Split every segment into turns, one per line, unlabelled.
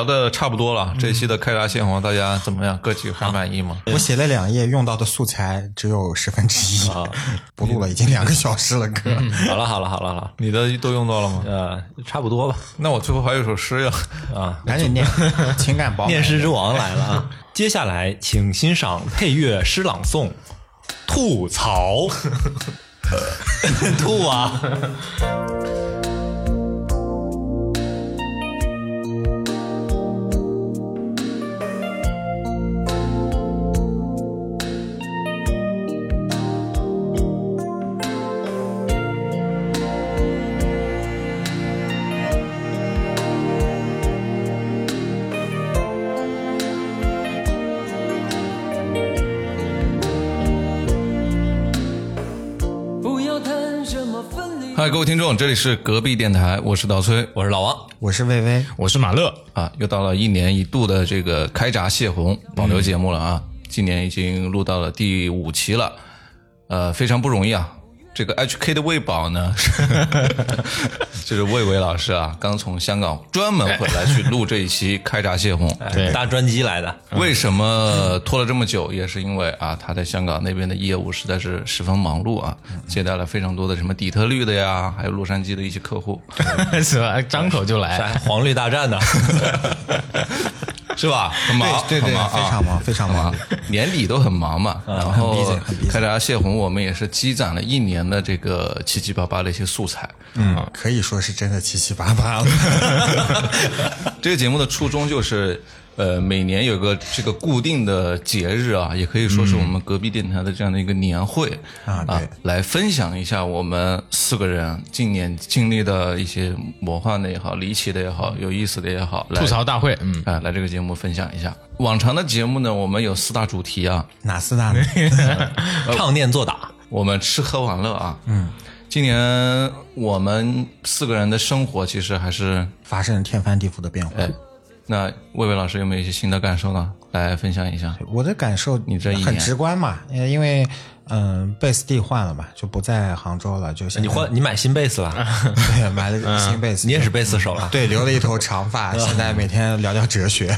聊的差不多了，这期的开闸蟹黄大家怎么样？各几个还满意吗？
我写了两页，用到的素材只有十分之一
啊，
不录了，已经两个小时了，哥。
好了好了好了好了，
你的都用到了吗？
呃，差不多 吧。
那我最后还有一首诗呀，
啊，
赶紧念，情感饱满。
念诗之王来了啊！ 接下来请欣赏配乐诗朗诵《吐槽》， 吐啊！
不要谈什么分离。
嗨，各位听众，这里是隔壁电台，我是导崔，
我是老王，
我是魏巍，
我是马乐，
啊，又到了一年一度的这个开闸泄洪保留节目了啊，今年已经录到了第五期了，呃，非常不容易啊。这个 HK 的魏宝 呢，是就是魏巍老师啊，刚从香港专门回来去录这一期开闸泄洪。
对
搭哎专机来的。
嗯
为什么拖了这么久？也是因为啊，他在香港那边的业务实在是十分忙碌啊，
嗯
接待了非常多的什么底特律的呀，还有洛杉矶的一些客户。
是吧？张口就来，
哎，黄绿大战 呢？
是吧？很忙，
对对
很
对
忙啊
非常忙非常忙，
年底都很忙嘛。然后
很 busy，很 busy
开闸泄洪，我们也是积攒了一年的这个七七八八的一些素材。
嗯，可以说是真的七七八八了。
这个节目的初衷就是，呃，每年有个这个固定的节日啊，也可以说是我们隔壁电台的这样的一个年会、
啊对
来分享一下我们四个人今年经历的一些魔幻的也好、离奇的也好、有意思的也好，来
吐槽大会，嗯，
啊，来这个节目分享一下。往常的节目呢，我们有四大主题啊，
哪四大呢？
唱念做打，
我们吃喝玩乐啊，嗯，今年我们四个人的生活其实还是，
发生了天翻地覆的变
呃
化。
哎那魏巍老师有没有一些新的感受呢？来分享一下。
我的感受，
你这一年
很直观嘛，呃因为嗯，贝斯地换了嘛，就不在杭州了，就现在
你换你买新贝斯了？
对买了个新贝斯，
你也是贝斯手啊了？
啊对，留了一头长发，现在每天聊聊哲学。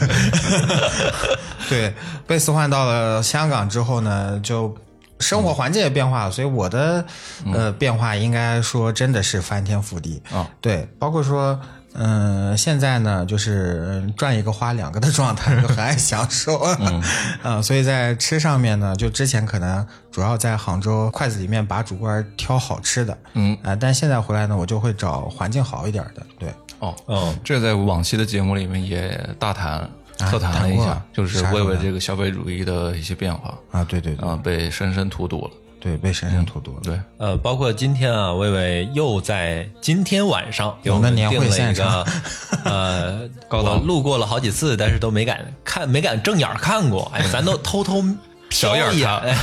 对，贝斯换到了香港之后呢，就生活环境也变化了，所以我的呃变化应该说真的是翻天覆地
啊
对，包括说。嗯，现在呢，就是嗯赚一个花两个的状态，就很爱享受。 嗯、所以在吃上面呢，就之前可能主要在杭州筷子里面把主官挑好吃的，嗯，啊、但现在回来呢，我就会找环境好一点的，对，
哦，
呃
嗯，
这在往期的节目里面也大谈特谈了一
谈过
下
啊，
就是魏巍这个消费主义的一些变化
啊，对对对，
啊，被深深荼毒了。
对，被神神荼毒了。
对，
呃，包括今天啊，魏巍又在今天晚上给我
我
们
们年
定
会
了一
现
个
场，
呃，我路过了好几次，但是都没敢看，没敢正眼儿看过。哎，咱都偷偷瞟
眼儿
一眼，哎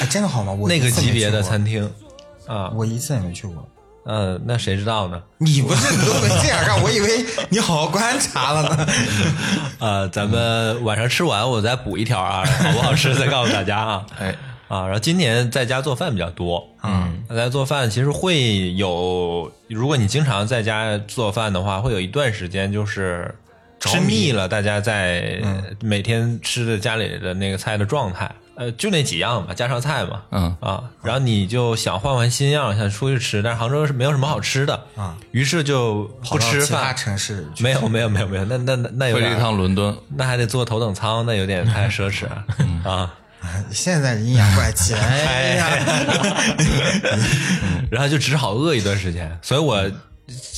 哎，真的好吗？我
那个
一次没
级别的
去过
餐厅啊，
我一次也没去过。
呃，那谁知道呢？
你不是你都没这样 干，我以为你好好观察了呢。
呃，咱们晚上吃完我再补一条啊，好不好 吃再告诉大家啊。
哎
啊，然后今年在家做饭比较多，嗯，在家做饭其实会有，如果你经常在家做饭的话，会有一段时间就是吃腻了，大家在每天吃的家里的那个菜的状态，呃，就那几样嘛，家常菜嘛，
嗯
啊，然后你就想换换新样，想出去吃，但是杭州是没有什么好吃的
啊，
于是就
跑
不
到
吃
其他
饭。
城市去
没有没有没有没有，那那那那有
飞
点
了一趟伦敦，
那还得坐头等舱，那有点太奢侈了啊。
现在阴阳怪气， 哎呀，
然后就只好饿一段时间，所以我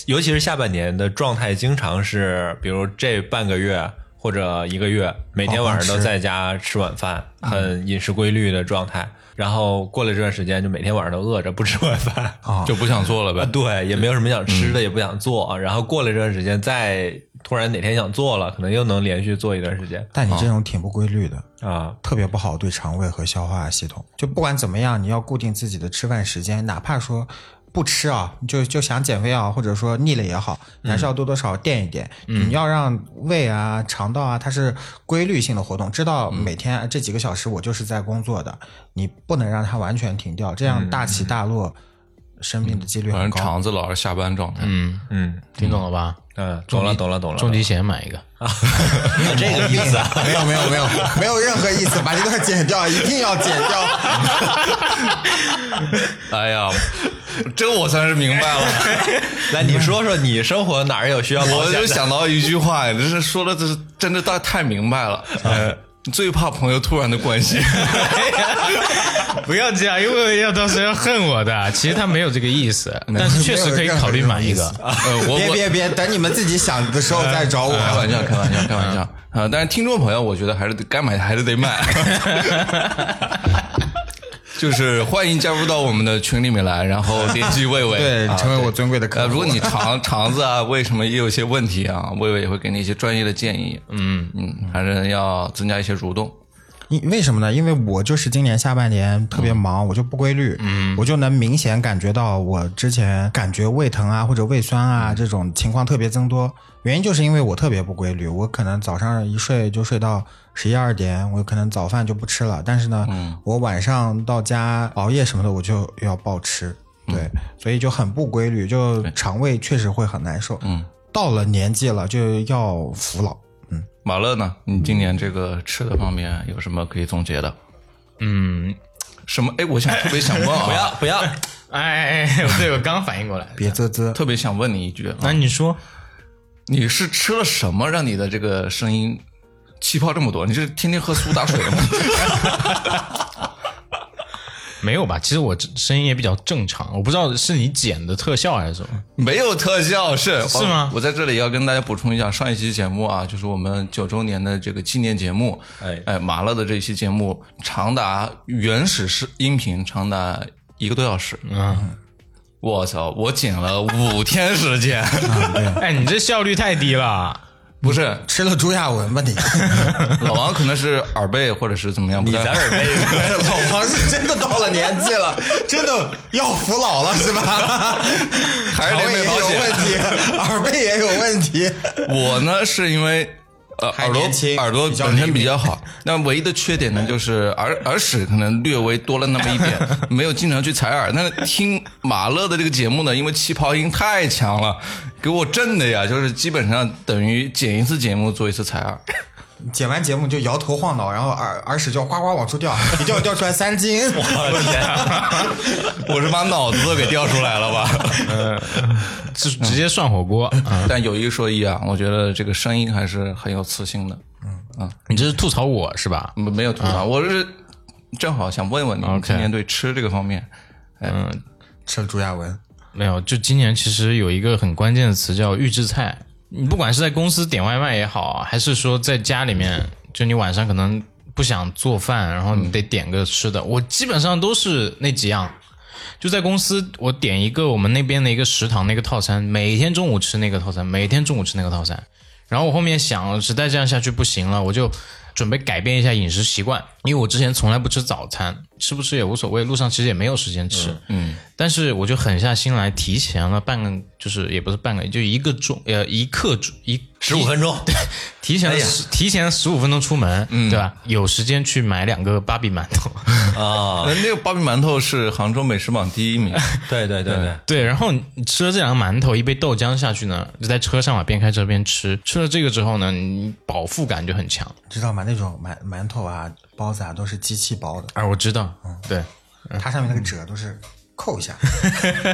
尤其是下半年的状态，经常是比如这半个月或者一个月，每天晚上都在家吃晚饭，很饮食规律的状态。然后过了这段时间，就每天晚上都饿着不吃晚饭。
啊
就不想做了
啊，
呗。
对，也没有什么想吃的，也不想做。嗯啊然后过了这段时间，再突然哪天想做了，可能又能连续做一段时间
但你这种挺不规律的。
啊。
特别不好对肠胃和消化系统。就不管怎么样，你要固定自己的吃饭时间，哪怕说不吃啊，就就想减肥啊，或者说腻了也好，还是要多多少少垫一垫。你要让胃啊、肠道啊，它是规律性的活动，知道每天这几个小时我就是在工作的，你不能让它完全停掉，这样大起大落，生病的几率
反
很
正
高。
肠子老是下班状态。
嗯，
嗯，
听懂了吧？
嗯，懂了，懂了，懂了。
中级险买一个，
懂了这个意思啊？
没有没有没有没有任何意思，把这段剪掉，一定要剪掉。
哎呀，这我算是明白 了。
来，你说说你生活哪儿有需要保
我
险
就
的？
想到一句话，呀，这是说的，这是真的太太明白了。
哎
呃，最怕朋友突然的关 心。
不要这样，因为要到时候要恨我 的。其实他没有这个意思，但是确实可以考虑买一个。
呃，我
别
我
别别，等你们自己想的时候再找
开
我。
玩笑，开玩笑，开玩笑啊！但是听众朋友，我觉得还是得该买还是得买，就是欢迎加入到我们的群里面来，然后联系魏魏。
对，成为我尊贵的客
呃，
户。
如果你肠肠子啊，为什么也有一些问题啊？魏魏也会给你一些专业的建议。嗯嗯，还是要增加一些蠕动。
因为什么呢？因为我就是今年下半年特别忙，我就不规律，嗯，我就能明显感觉到我之前感觉胃疼啊或者胃酸
嗯
啊这种情况特别增多。原因就是因为我特别不规律，我可能早上一睡就睡到十一二点，我可能早饭就不吃了，但是呢，
嗯
我晚上到家熬夜什么的，我就要暴吃，
嗯
对，所以就很不规律，就肠胃确实会很难受。
嗯，
到了年纪了就要服老，
马乐呢？你今年这个吃的方面有什么可以总结的？
嗯，
什么？哎，我想特别想问啊，
不要不要，
哎哎哎，对我刚反应过来。
别啧啧。
特别想问你一句啊，
那你说，
你是吃了什么让你的这个声音气泡这么多？你是天天喝苏打水吗？
没有吧？其实我这声音也比较正常，我不知道是你剪的特效还是什 么。
没有特效，是
是吗
我我在这里要跟大家补充一下，上一期节目啊，就是我们九周年的这个纪念节目，
哎
哎，马乐的这一期节目长达原始是音频长达一个多小时，
啊
嗯，
我操，我剪了五天时间，
哎，你这效率太低了。
不是
吃了朱亚文吧 你？
老王可能是耳背或者是怎么样，不
你
太
咱耳背。
老王是真的到了年纪了，真的要服老了是吧？
还是
肠
得
胃也
买
有
保险
问题， 耳背也有问题。
我呢是因为呃
还
耳朵
年轻
耳朵
比较
本身
灵
比较 好，那唯一的缺点呢就是耳耳屎可能略微多了那么一点，没有经常去采耳。但是听马乐的这个节目呢，因为气泡音太强了，给我震的呀，就是基本上等于剪一次节目做一次采耳。
剪完节目就摇头晃脑，然后耳耳屎就哗哗往出掉，一掉掉出来三斤。
我的天啊，
我是把脑子都给掉出来了吧？
直直接涮火 锅啊！
但有一说一啊，我觉得这个声音还是很有磁性的，
你这是吐槽我是吧？
没没有吐槽。我是正好想问问你，你
啊 OK
今年对吃这个方面，
吃了朱亚文，
没有，就今年其实有一个很关键的词叫预制菜。你不管是在公司点外卖也好，啊还是说在家里面，就你晚上可能不想做饭，然后你得点个吃的，我基本上都是那几样。就在公司，我点一个我们那边的一个食堂那个套餐，每天中午吃那个套餐，每天中午吃那个套餐。然后我后面想，实在这样下去不行了，我就准备改变一下饮食习惯，因为我之前从来不吃早餐，吃不吃也无所谓，路上其实也没有时间吃。嗯，但是我就狠下心来，提前了半个，就是也不是半个，就一个钟，呃，一刻钟一
十五分钟，哎
提前了十、提前十五分钟出门，
嗯
对吧？有时间去买两个芭比馒头。
啊
呃那个芭比馒头是杭州美食榜第 一名。
对对对对，
对，然后你吃了这两个馒头，一杯豆浆下去呢，就在车上嘛，边开车边吃。吃了这个之后呢，你饱腹感就很强。
知道吗？那种馒馒头啊、包子啊都是机器包的，
啊，我知道，对，
它上面那个褶都是扣一 下，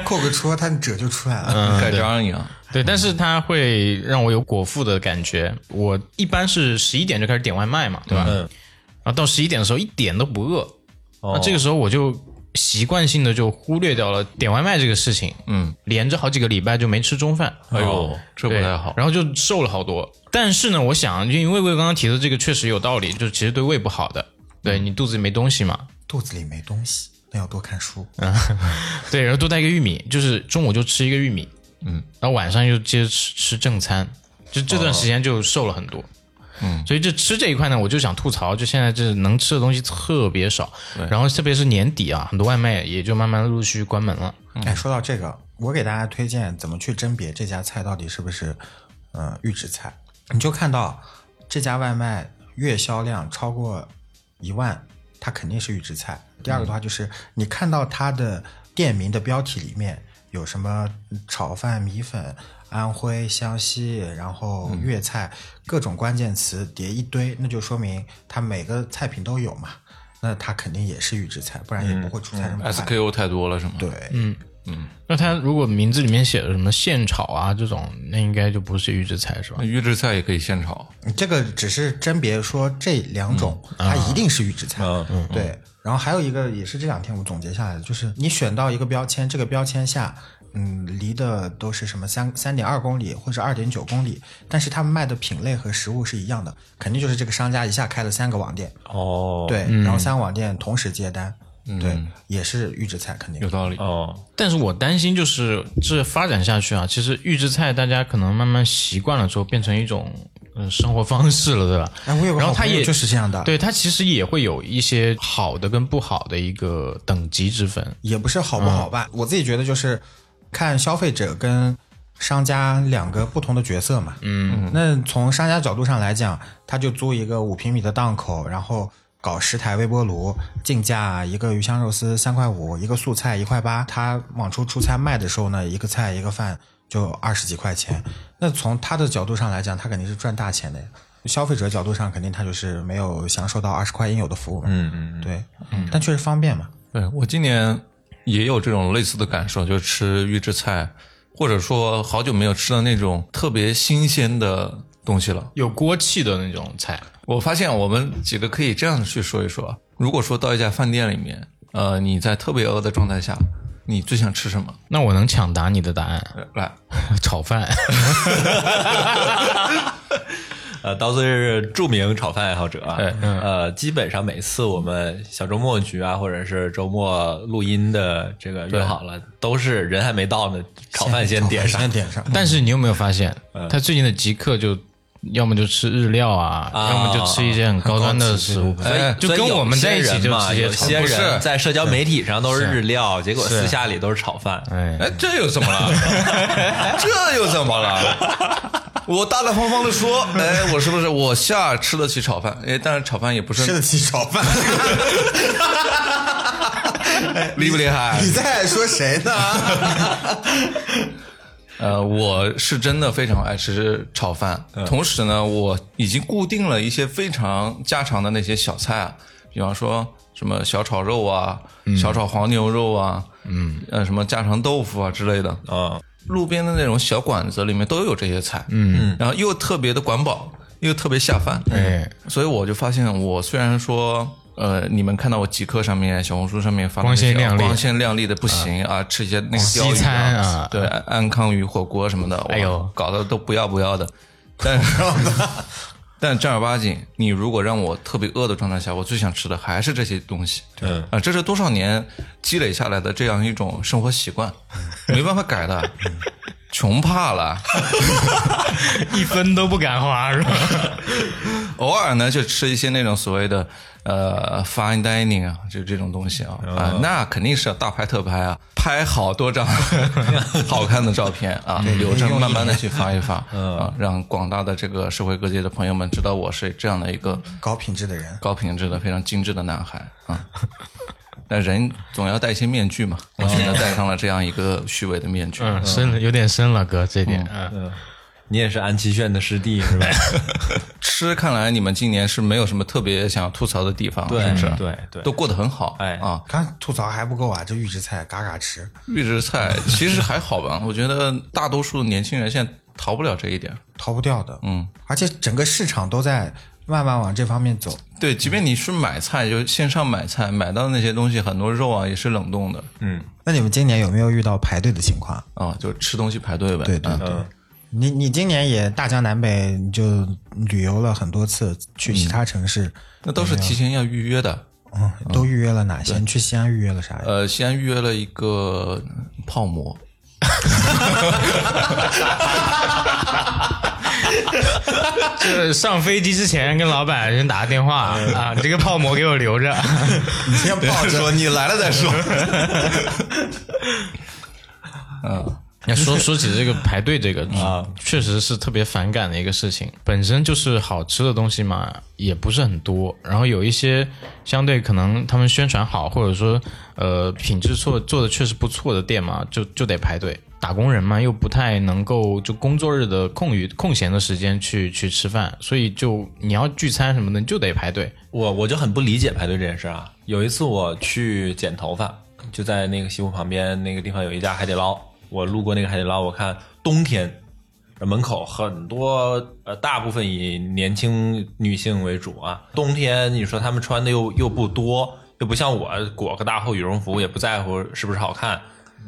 扣个戳，它褶就出来了。
嗯
盖章一样。
对，但是它会让我有果腹的感觉。我一般是十一点就开始点外卖嘛，对吧？
嗯，
然后到十一点的时候一点都不饿，
哦
那啊这个时候我就习惯性的就忽略掉了点外卖这个事情，
嗯，
连着好几个礼拜就没吃中饭，
哎呦
哦，
这不
对
太好。
然后就瘦了好多。但是呢，我想，因为魏魏刚刚提的这个确实有道理，就是其实对胃不好的，对
嗯
你肚子里没东西嘛，
肚子里没东西，那要多看书。
对，然后多带一个玉米，就是中午就吃一个玉米，嗯，然后晚上又接着吃吃正餐，就这段时间就瘦了很
哦
多。嗯，所以这吃这一块呢，我就想吐槽，就现在这能吃的东西特别少，然后特别是年底啊，很多外卖也就慢慢陆续关门了。
哎，说到这个，我给大家推荐怎么去甄别这家菜到底是不是呃预制菜。你就看到这家外卖月销量超过一万，它肯定是预制菜。第二个的话就是你看到它的店名的标题里面有什么炒饭、米粉啊、安徽、湘西，然后粤菜、各种关键词叠一堆，那就说明它每个菜品都有嘛。那它肯定也是预制菜，不然也不会出
嗯
菜这么快。
SKU 太多了是吗？
对，
那它如果名字里面写的什么现炒啊这种，那应该就不是预制菜是吧
那？预制菜也可以现炒，
这个只是甄别说这两种，
嗯啊
它一定是预制菜。
嗯
对。然后还有一个也是这两天我总结下来的，就是你选到一个标签，这个标签下，嗯，离的都是什么三三点二公里或者二点九公里，但是他们卖的品类和食物是一样的，肯定就是这个商家一下开了三个网店，
哦，
对，
嗯
然后三个网店同时接单，对，也是预制菜肯定
有。道
啊
理。
哦，
但是我担心就是这发展下去啊，其实预制菜大家可能慢慢习惯了之后，变成一种嗯、呃生活方式了，对吧？
哎，我有个
然
好
后他
朋友
也
就是这样的，
对它其实也会有一些好的跟不好的一个等级之分。
也不是好不好吧。我自己觉得就是看消费者跟商家两个不同的角色嘛。嗯，那从商家角度上来讲，他就租一个五平米的档口，然后。搞十台微波炉，进价一个鱼香肉丝三块五，一个素菜一块八。他往出出差卖的时候呢，一个菜一个饭就二十几块钱。那从他的角度上来讲，他肯定是赚大钱的呀。消费者角度上，肯定他就是没有享受到二十块应有的服务嘛。嗯嗯，对，嗯，但确实方便嘛。
对我今年也有这种类似的感受，就是吃预制菜，或者说好久没有吃到那种特别新鲜的东西了。
有锅气的那种菜，
我发现我们几个可以这样去说一说啊：如果说到一家饭店里面，呃，你在特别饿的状态下，你最想吃什么？
那我能抢答你的答案，
呃来，
炒饭。
呃，刀子是著名炒饭爱好者啊，
哎
呃，基本上每次我们小周末局啊，或者是周末录音的这个约好了，都是人还没到呢， 炒饭先点上
哎先。点上。
但是你有没有发现，他最近的极客就要么就吃日料啊，
啊
要么就吃一些很高端的哎食物，
哎所以
就跟我们在一起就直接
有
炒
些
不是
人在社交媒体上都是日料，结果私下里都是炒饭。
哎，
哎，这又怎么 了？这又怎么了？我大大方方的 说，哎，我是不是我下吃得起炒饭？哎，但是炒饭也不
吃
是
得起炒 饭，
厉不厉 害？啊
你在说谁呢？
呃，我是真的非常爱吃炒饭，同时呢，我已经固定了一些非常家常的那些小菜啊，比方说什么小炒肉啊、小炒黄牛肉啊，嗯，呃，什么家常豆腐啊之类的，
嗯，
路边的那种小馆子里面都有这些菜，嗯，然后又特别的管饱，又特别下饭，
哎，
所以我就发现，我虽然说，呃，你们看到我极客上面、小红书上面发的那些
光鲜亮丽
光鲜亮丽的不行啊，吃一些那个
西
鲷鱼
餐啊
对，安安康鱼火锅什么的，哎
哎呦
搞得都不要不要的，但是。 但正儿八经，你如果让我特别饿的状态下，我最想吃的还是这些东西。对
嗯
啊、这是多少年积累下来的这样一种生活习惯，没办法改的，
嗯
穷怕了。
一分都不敢花，是吧？
偶尔呢，就吃一些那种所谓的呃 fine dining 啊，就这种东西啊，
哦
啊、那肯定是要大拍特拍啊，拍好多张 好看的照片啊，留着慢慢的去发一发，
嗯
啊，让广大的这个社会各界的朋友们知道我是这样的一个
高品质的人，
高品质的、非常精致的男孩 啊。但人总要戴一些面具嘛，
嗯
我选择戴上了这样一个虚伪的面具。
嗯，深了，有点深了，哥，这点，嗯，
你也是安七炫的师弟是吧？
吃，看来你们今年是没有什么特别想要吐槽的地方，是不是？
对对
都过得很好，
哎
啊，
刚吐槽还不够啊，这预制菜嘎嘎吃，
预制菜其实还好吧，我觉得大多数年轻人现在逃不了这一点。
逃不掉的。嗯，而且整个市场都在慢慢往这方面走。
对，即便你去买菜，就线上买菜，买到那些东西，很多肉啊也是冷冻的
那你们今年有没有遇到排队的情况？
啊，就吃东西排队呗。
对对
嗯
对，你你今年也大江南北你就旅游了很多次，去其他城市，
那都是提前要预约的。
嗯，都预约了哪些？你去西安预约了啥呀？
呃，先预约了一个泡馍，
就是呃上飞机之前跟老板先打个电话啊，你这个泡馍给我留 着，
你 先抱着，
你来了再说。嗯，
要说说起这个排队这个啊，确实是特别反感的一个事情。本身就是好吃的东西嘛，也不是很多。然后有一些相对可能他们宣传好，或者说呃品质做做的确实不错的店嘛，就就得排队。打工人嘛，又不太能够就工作日的空余空闲的时间去去吃饭，所以就你要聚餐什么的，你就得排队。
我我就很不理解排队这件事啊。有一次我去剪头发，就在那个西湖旁边那个地方有一家海底捞，我路过那个海底捞，我看冬天门口很多呃，大部分以年轻女性为主啊。冬天你说她们穿的又又不多，又不像我裹个大厚羽绒服，也不在乎是不是好看。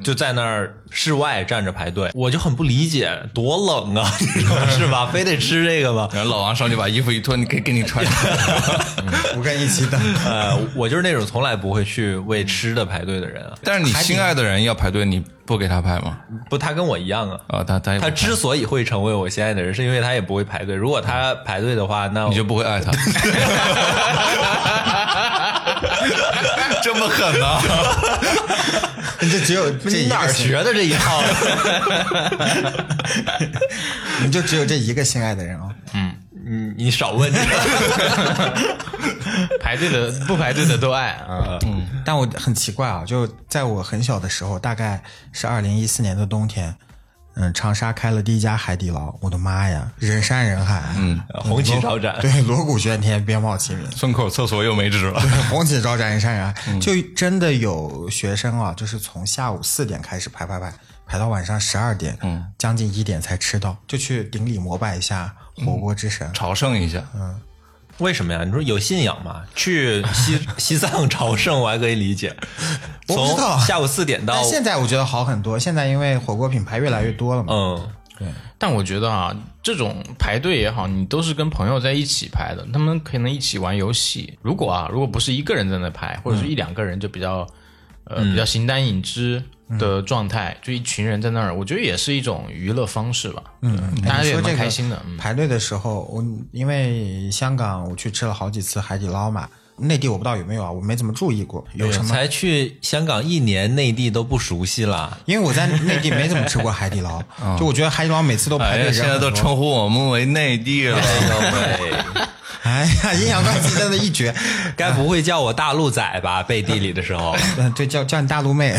就在那儿室外站着排队，我就很不理解，多冷啊，你说是 吧？非得吃这个吗？
然后老王上去把衣服一脱，你给给你 穿。
我跟一 起等。
呃，我就是那种从来不会去为吃的排队的人啊。
但是你心爱的人要排队，你不给他排吗？
不，他跟我一样啊。
啊，他他也不
他
排
之所以会成为我心爱的人，是因为他也不会排队。如果他排队的话，那我
你就不会爱 他。 这么狠啊！
你这只有这
你
一
哪
个
儿
心，
学的这一套？
你就只有这一个心爱的人啊、
你你少问。
排队的不排队的都爱啊，
但我很奇怪啊，就在我很小的时候，大概是二零一四年的冬天，嗯，长沙开了第一家海底捞，我的妈呀，人山人海，嗯，
红旗招展
对，锣鼓喧天，鞭炮齐 鸣，
村口厕所又没纸了。
红旗招展，人山人
嗯
海，啊就真的有学生啊，就是从下午四点开始排排排，排到晚上十二点，嗯，将近一点才吃到，就去顶礼膜拜一下火锅之
嗯
神。
朝圣一下，
为什么呀？你说有信仰嘛？去西西藏朝圣，我还可以理解。
我不
从
知道
下午四点到
但现在我觉得好很多，现在因为火锅品牌越来越多了嘛，
嗯，
但我觉得啊，这种排队也好，你都是跟朋友在一起排的，他们可能一起玩游戏。如果啊，如果不是一个人在那排，或者是一两个人，就比较、呃比较形单影只的状态，就一群人在那儿，我觉得也是一种娱乐方式吧。嗯，大家
哎你
也
说这
蛮
个
开心的。嗯，
排队的时候，我因为香港我去吃了好几次海底捞嘛，内地我不知道有没有啊，我没怎么注意过有什么。
才去香港一年，内地都不熟悉了。
因为我在内地没怎么吃过海底 捞，
哦
就我觉得海底捞每次都排
哎
队
呀，
人
现在
很
都
多
称呼我们为内地了。
哎呀，阴阳怪气真的一绝。
该不会叫我大陆仔吧？背地里的时候，
嗯，对，叫叫你大陆妹。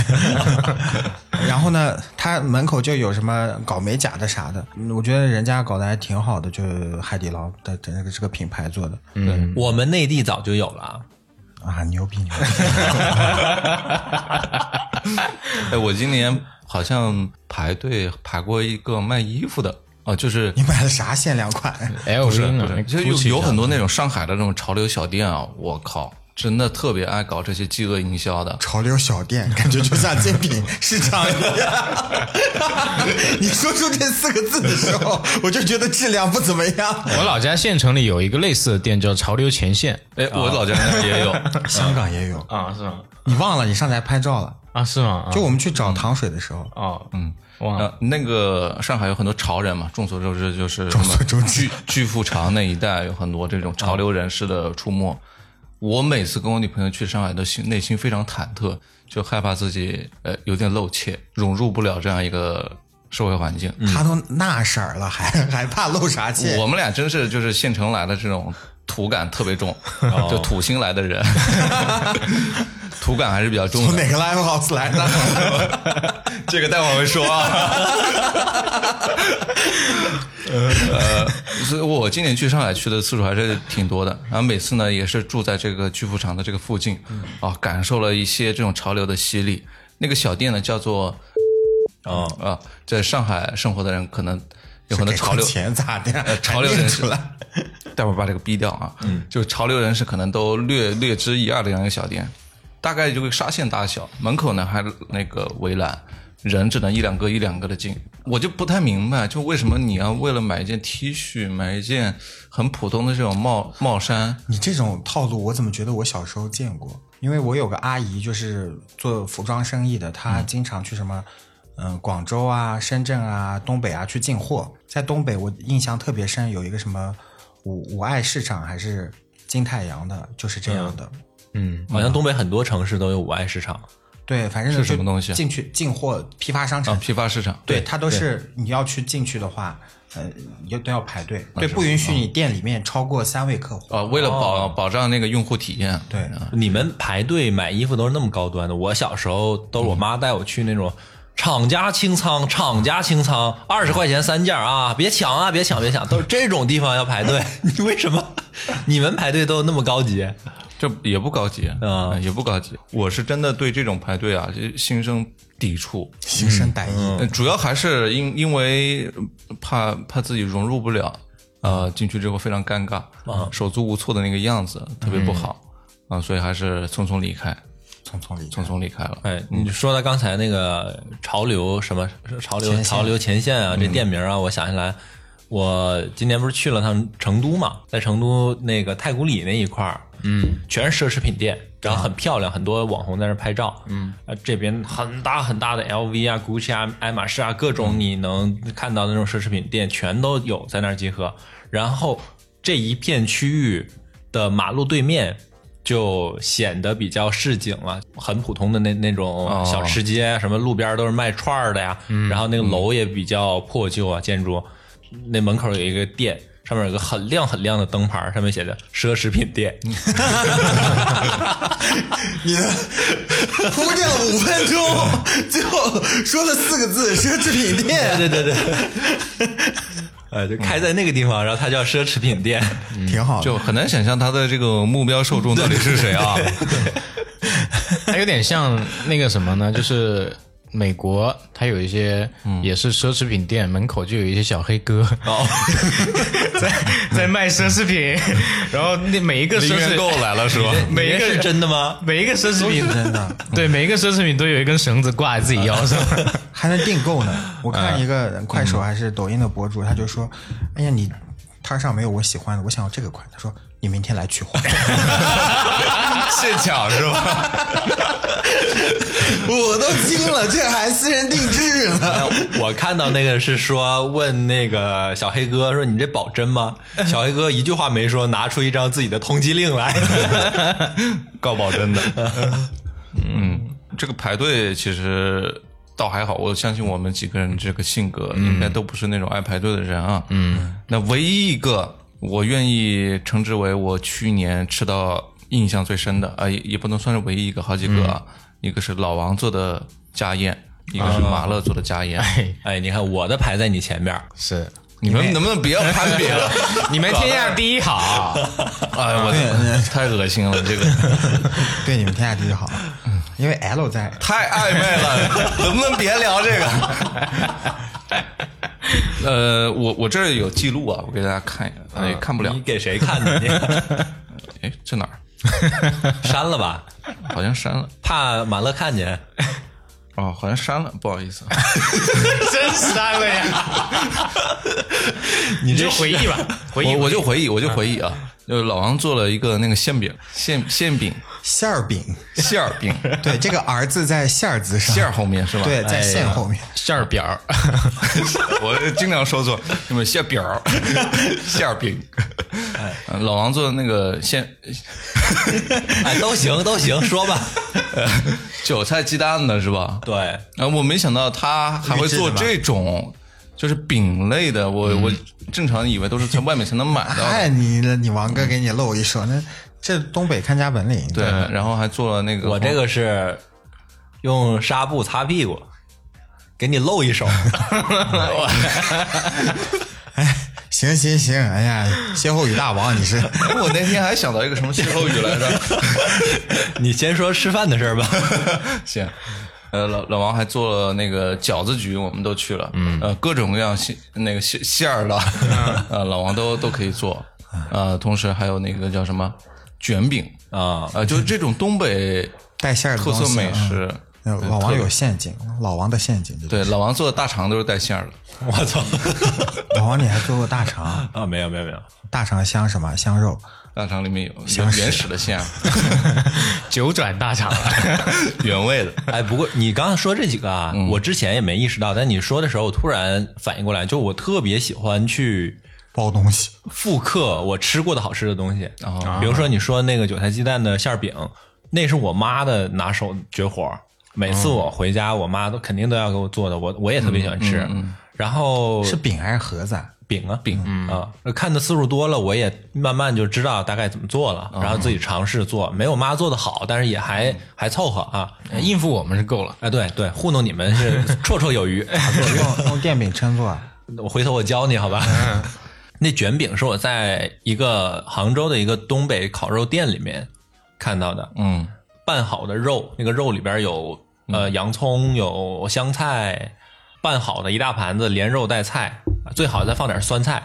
然后呢，他门口就有什么搞美甲的啥的，嗯我觉得人家搞得还挺好的，就是海底捞的整个这个品牌做的，
嗯，我们内地早就有了。
啊，牛逼牛逼！
哎，我今年好像排队排过一个卖衣服的啊，就是
你买了啥限量款？
L
是
V 呢
不是，就
哭
有
泣
有
一下
很多那种上海的那种潮流小店啊，我靠，真的特别爱搞这些饥饿营销的。
潮流小 店，感觉就像精品市场一样。 你说出这四个字的时候，我就觉得质量不怎么样。
我老家县城里有一个类似的店叫潮流前线
哎，我老家那儿也有，
香港也有，
啊，是吗？
你忘了你上台拍照了？
啊，是吗？啊
就我们去找糖水的时候，
哦，嗯，哇，
呃，那个上海有很多潮人嘛，众所周知就是什么巨巨富长那一带有很多这种潮流人士的出没。我每次跟我女朋友去上海，都心内心非常忐忑，就害怕自己呃有点露怯，融入不了这样一个社会环境。
他都那色儿了， 还还怕露啥怯？
我们俩真是就是县城来的这种土感特别重，就土星来的人，土感还是比较重
从
的。
哪个 live house 来的？
这个待会儿会说啊。 呃，所以我今年去上海去的次数还是挺多的，然后每次呢也是住在这个巨富场的这个附近，啊，感受了一些这种潮流的洗礼。那个小店呢叫做
嗯，
啊，在上海生活的人可能有很多
哦给
潮流
过钱咋的？
潮流
还念
人士
出来，
待会儿把这个逼掉啊。嗯，就潮流人士可能都略略知一二的这样一个小店，大概就个沙县大小，门口呢还那个围栏，人只能一两个一两个的进。我就不太明白，就为什么你要为了买一件 T 恤，买一件很普通的这种帽帽衫，
你这种套路，我怎么觉得我小时候见过？因为我有个阿姨，就是做服装生意的，她经常去什么，嗯、广州啊、深圳啊、东北啊去进货。在东北，我印象特别深，有一个什么五五爱市场还是
哎
金太阳的，就是这样的。
好像东北很多城市都有五爱市场。
对，反正
是
就
什么东西啊
进去进货批发商
啊，
场，
批发市场，
对，它都是你要去进去的话，呃，你就都要排队，对，不允许
嗯
你店里面超过三位客户。
啊，为了保保障那个用户体验，
对，
你们排队买衣服都是那么高端的，我小时候都是我妈带我去那种厂家清仓，厂家清仓，二十块钱三件啊，别抢啊，别抢，别抢，都是这种地方要排队。 你为什么你们排队都那么高级？
这也不高级
啊
也不高级。我是真的对这种排队啊就心生抵触，
心生歹意，
呃主要还是因因为怕怕自己融入不了，呃，进去之后非常尴尬，手足无措的那个样子特别不好啊，所以还是匆匆离开，
匆匆离开
匆。匆离开了。
哎，你说到刚才那个潮流什么潮流潮流前线啊，这店名啊，我想起来，我今年不是去了趟成都嘛，在成都那个太古里那一块儿，嗯，全是奢侈品店，然后很漂亮，很多网红在那儿拍照，嗯，啊，这边很大很大的 LV 啊、GUCCI 啊、爱马仕啊，各种你能看到的那种奢侈品店全都有在那儿集合，然后这一片区域的马路对面。就显得比较市井了，很普通的那那种小吃街，什么路边都是卖串儿的呀，然后那个楼也比较破旧啊，建筑那门口有一个店，上面有个很亮很亮的灯牌，上面写着奢侈品店，
你的 铺垫了五分钟，最后说了四个字：奢侈品店，
对对对， 呃，就开在那个地方，然后它叫奢侈品店，
挺好的。
就很难想象他的这个目标受众到底是谁 啊？
它有点像那个什么呢？就是美国，它有一些也是奢侈品店，门口就有一些小黑哥， 在在卖奢侈品，然后那每一个奢侈
购来了是吧？
每一
你这是
个
真的吗？
每一个奢侈品
真的
对每一个奢侈品都有一根绳子挂在自己腰上，
还能订购呢。我看一个快手还是抖音的博主，他就说：“哎呀，你摊上没有我喜欢的，我想要这个款。”他说：“你明天来取货。
现抢是吧？”
我 都惊了，这还私人定制呢。
我看 到那个是说问那个小黑哥说你这保真 吗？小黑哥一句话没说，拿出一张自己的通缉令 来。
告保真的。嗯，这个排队其实倒还好，我相信我们几个人这个性格应该都不是那种爱排队的人啊。嗯，那唯一一个我愿意称之为我去年吃到印象最深的啊、也也不能算是唯一一个，好几个啊。一个是老王做的家宴，一个是马乐做的家宴。
哎，你看我的排在你前面，
是
你们能不能不要攀比 了？
你们天下第一好，
哎呀，我的太恶心了，这个
对，你们天下第一好，因为 L 在。
太暧昧 了，能不能别聊这个？ 呃，我我这儿有记录啊，我给大家看一下，哎，看不了
你，给谁看 的？你
哎，这哪儿？
删了吧，
好像删了，
怕马乐看见。
哦，好像删了，不好意思啊。
真删了呀！你就回忆吧，回忆
我我就 回忆，我就回忆啊，就是老王做了一个那个馅饼，馅馅饼，
馅儿饼，
馅儿 饼，
对，这个儿字在馅儿字上，
馅儿后面是吧？哎
对，在馅后面，
馅儿表儿，
我经常说错，什么馅饼 儿、馅儿饼。呃老王做的那个馅
哎，都行都行，说吧。
韭菜鸡蛋的是吧？
对，
啊，我没想到他还会做这种，就是饼类的。我、我正常以为都是在外面才能买到的。
哎，你你王哥给你露一手，那这东北看家本领，
对，然后还做了那个哦
我这个是用纱布擦屁股，给你露 一手。
行行行，哎呀，歇后语大王你是，
哎我那天还想到一个什么歇后语来着？
你先说吃饭的事儿 吧。
行，呃，老老王还做了那个饺子局，我们都去了，嗯，呃，各种各样馅那个馅馅儿的，呃，老王都都可以做，呃，同时还有那个叫什么卷饼，
啊，
呃，就是这种东北
带馅儿的
特
东西啊
色美食。
嗯老王有陷阱，老王的陷阱，这个
对，老王做的大肠都是带馅儿的，
我操！
老王你还做过大肠，
啊，没有没有没有，
大肠香什么香肉，
大肠里面有原原始的馅儿，
九转大肠 了。
原味的。嗯
哎，不过你刚刚说这几个啊，我之前也没意识到，但你说的时候，我突然反应过来，就我特别喜欢去
包东西，
复刻我吃过的好吃的东西。比如说你说那个韭菜鸡蛋的馅儿饼，那是我妈的拿手绝活儿。每次我回家，我妈都肯定都要给我做的，我我也特别喜欢吃。然后
是饼还是盒子 啊？
饼啊饼啊，看的次数多了，我也慢慢就知道大概怎么做了，然后自己尝试做，没有妈做的好，但是也还还凑合啊。
应付我们是够了。
哎，对对，糊弄你们是绰绰有余。
用用电饼称作啊，
我回头我教你好吧。 那卷饼是我在一个杭州的一个东北烤肉店里面看到的，
嗯，
拌好的肉，那个肉里边有呃洋葱，有香菜，拌好的一大盘子，连肉带菜，最好再放点酸菜，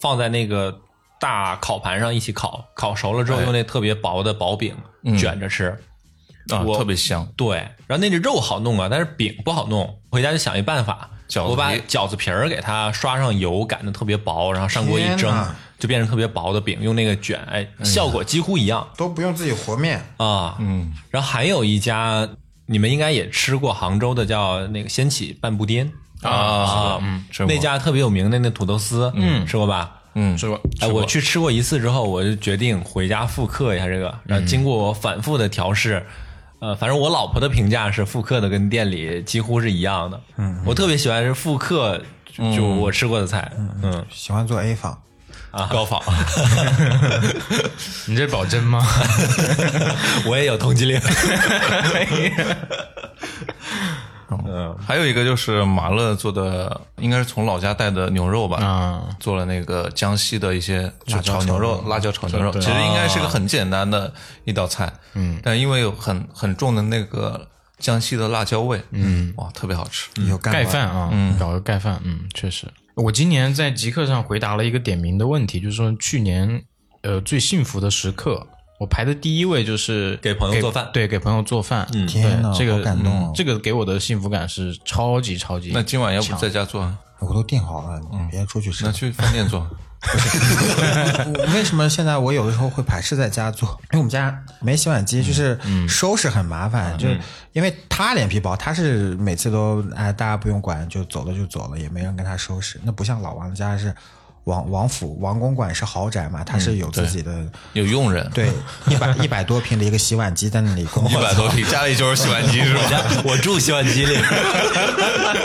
放在那个大烤盘上一起烤，烤熟了之后用那特别薄的薄饼卷着吃。
啊，
我
特别香。
对，然后那个肉好弄啊，但是饼不好弄。回家就想一办法，
饺子皮
我把饺子皮儿给它刷上油，擀的特别薄，然后上锅一
天
蒸
哪，
就变成特别薄的饼，用那个卷，哎，效果几乎一样
都不用自己和面，
啊。嗯，然后还有一家，你们应该也吃过杭州的，叫那个仙起拌布丁啊，嗯
吃过
那家特别有名的那土豆丝，嗯，吃过吧？
嗯，
是吧？
哎，我去吃过一次之后，我就决定回家复刻一下这个。然后经过我反复的调试，呃，反正我老婆的评价是复刻的跟店里几乎是一样的。嗯，我特别喜欢是复刻，就就我吃过的菜。嗯
喜欢做 A 坊。
啊，高仿，
你这保真吗？
我也有同 级恋。
还有一个就是马乐做的，应该是从老家带的牛肉吧，
啊，
做了那个江西的一些就炒牛肉、辣椒炒牛肉，其实应该是个很简单的一道菜，嗯，但因为有很很重的那个江西的辣椒味，嗯，哇，特别好吃，
有干
盖
过
饭啊，嗯，搞个盖饭，嗯，确实。我今年在极客上回答了一个点名的问题，就是说去年呃最幸福的时刻，我排的第一位就是
给朋友做饭
对，给朋友做饭，嗯
天哪
这个
好感动哦
嗯这个给我的幸福感是超级超级。
那今晚要不在家做啊，
我都订好了，你别出去
嗯
吃
那。去饭店做，
我为什么现在我有的时候会排斥在家做？因为我们家没洗碗机，就是
嗯
收拾很麻烦。就是因为他脸皮薄，他是每次都哎大家不用管，就走了就走了，也没人跟他收拾。那不像老王家是王王府王公馆是豪宅嘛，他
嗯
是有自己的、
有佣 人，
对一百一百多平的一个洗碗机在那里工
一
作。
百多平，家里就是洗碗机是吧？
我住洗碗机里，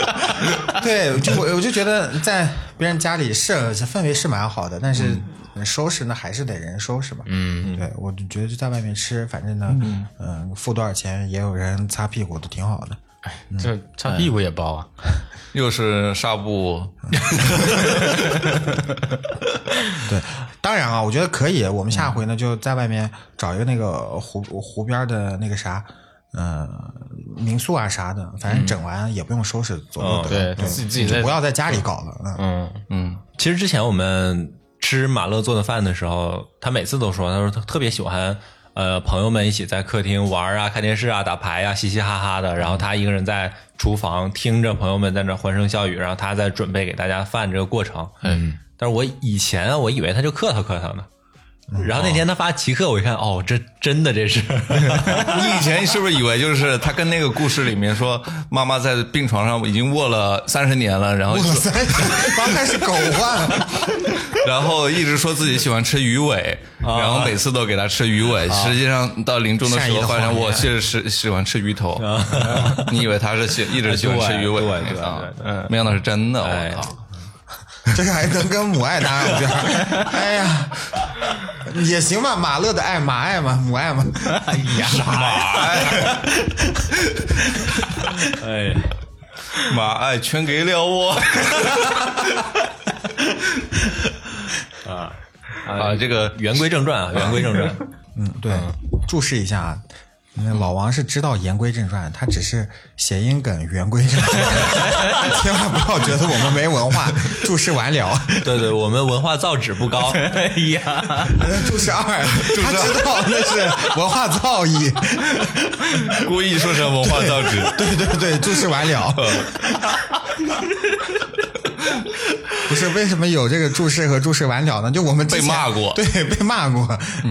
对，就我我就觉得在别人家里是氛围是蛮好的，但
嗯
是嗯收拾呢还是得人收拾嘛。嗯，对，我就觉得就在外面吃，反正呢，嗯、付多少钱也有人擦屁股的，挺好的。
这擦屁股也包啊，
又是纱布，
对，当然啊，我觉得可以。我们
嗯
下回呢就在外面找一个那个湖湖边的那个啥。嗯，民宿啊啥的，反正整完也不用收拾，走就得了。
嗯哦对自己自己
就
在
不要在家里搞了。嗯，
嗯，
其实之前我们吃马乐做的饭的时候，他每次都说，他说他特别喜欢。呃，朋友们一起在客厅玩啊、看电视啊、打牌啊，嘻嘻哈哈的。然后他一个人在厨房听着朋友们在那欢声笑语，然后他在准备给大家饭这个过程。嗯，但是我以前啊我以为他就客套客套呢，然后那天他发极客，我一看，哦，这真的这是
你以前是不是以为就是他跟那个故事里面说，妈妈在病床上已经卧了三十年了，然后
哇塞， 刚开始狗话。
然后一直说自己喜欢吃鱼尾，然后每次都给他吃鱼尾，实际上到临终的时
善意
候
的
发现
谎言
我是喜喜欢吃鱼头， 你以为他是喜一直喜欢吃鱼尾
对对对
啊
对？
没想到是真的，
哎
我靠！
这是还能跟母爱搭上边儿，哎呀，也行吧，马乐的爱，马爱嘛，母爱嘛，哎呀，
哎，
妈爱全给了 我啊！
哎
这个
言归正传啊，言归正传。
嗯，对，注释一下啊。那老王是知道言归正传，他只是谐音梗言归正传， 千万不要觉得我们没文化。注释完 了，
对对，我们文化造纸不高。
哎呀，
注释二，他知道那是文化造诣。
故意说成文化造纸，
对对对，注释完了。不是为什么有这个注释和注释完了呢？就我们之前
被骂过
对，被骂过，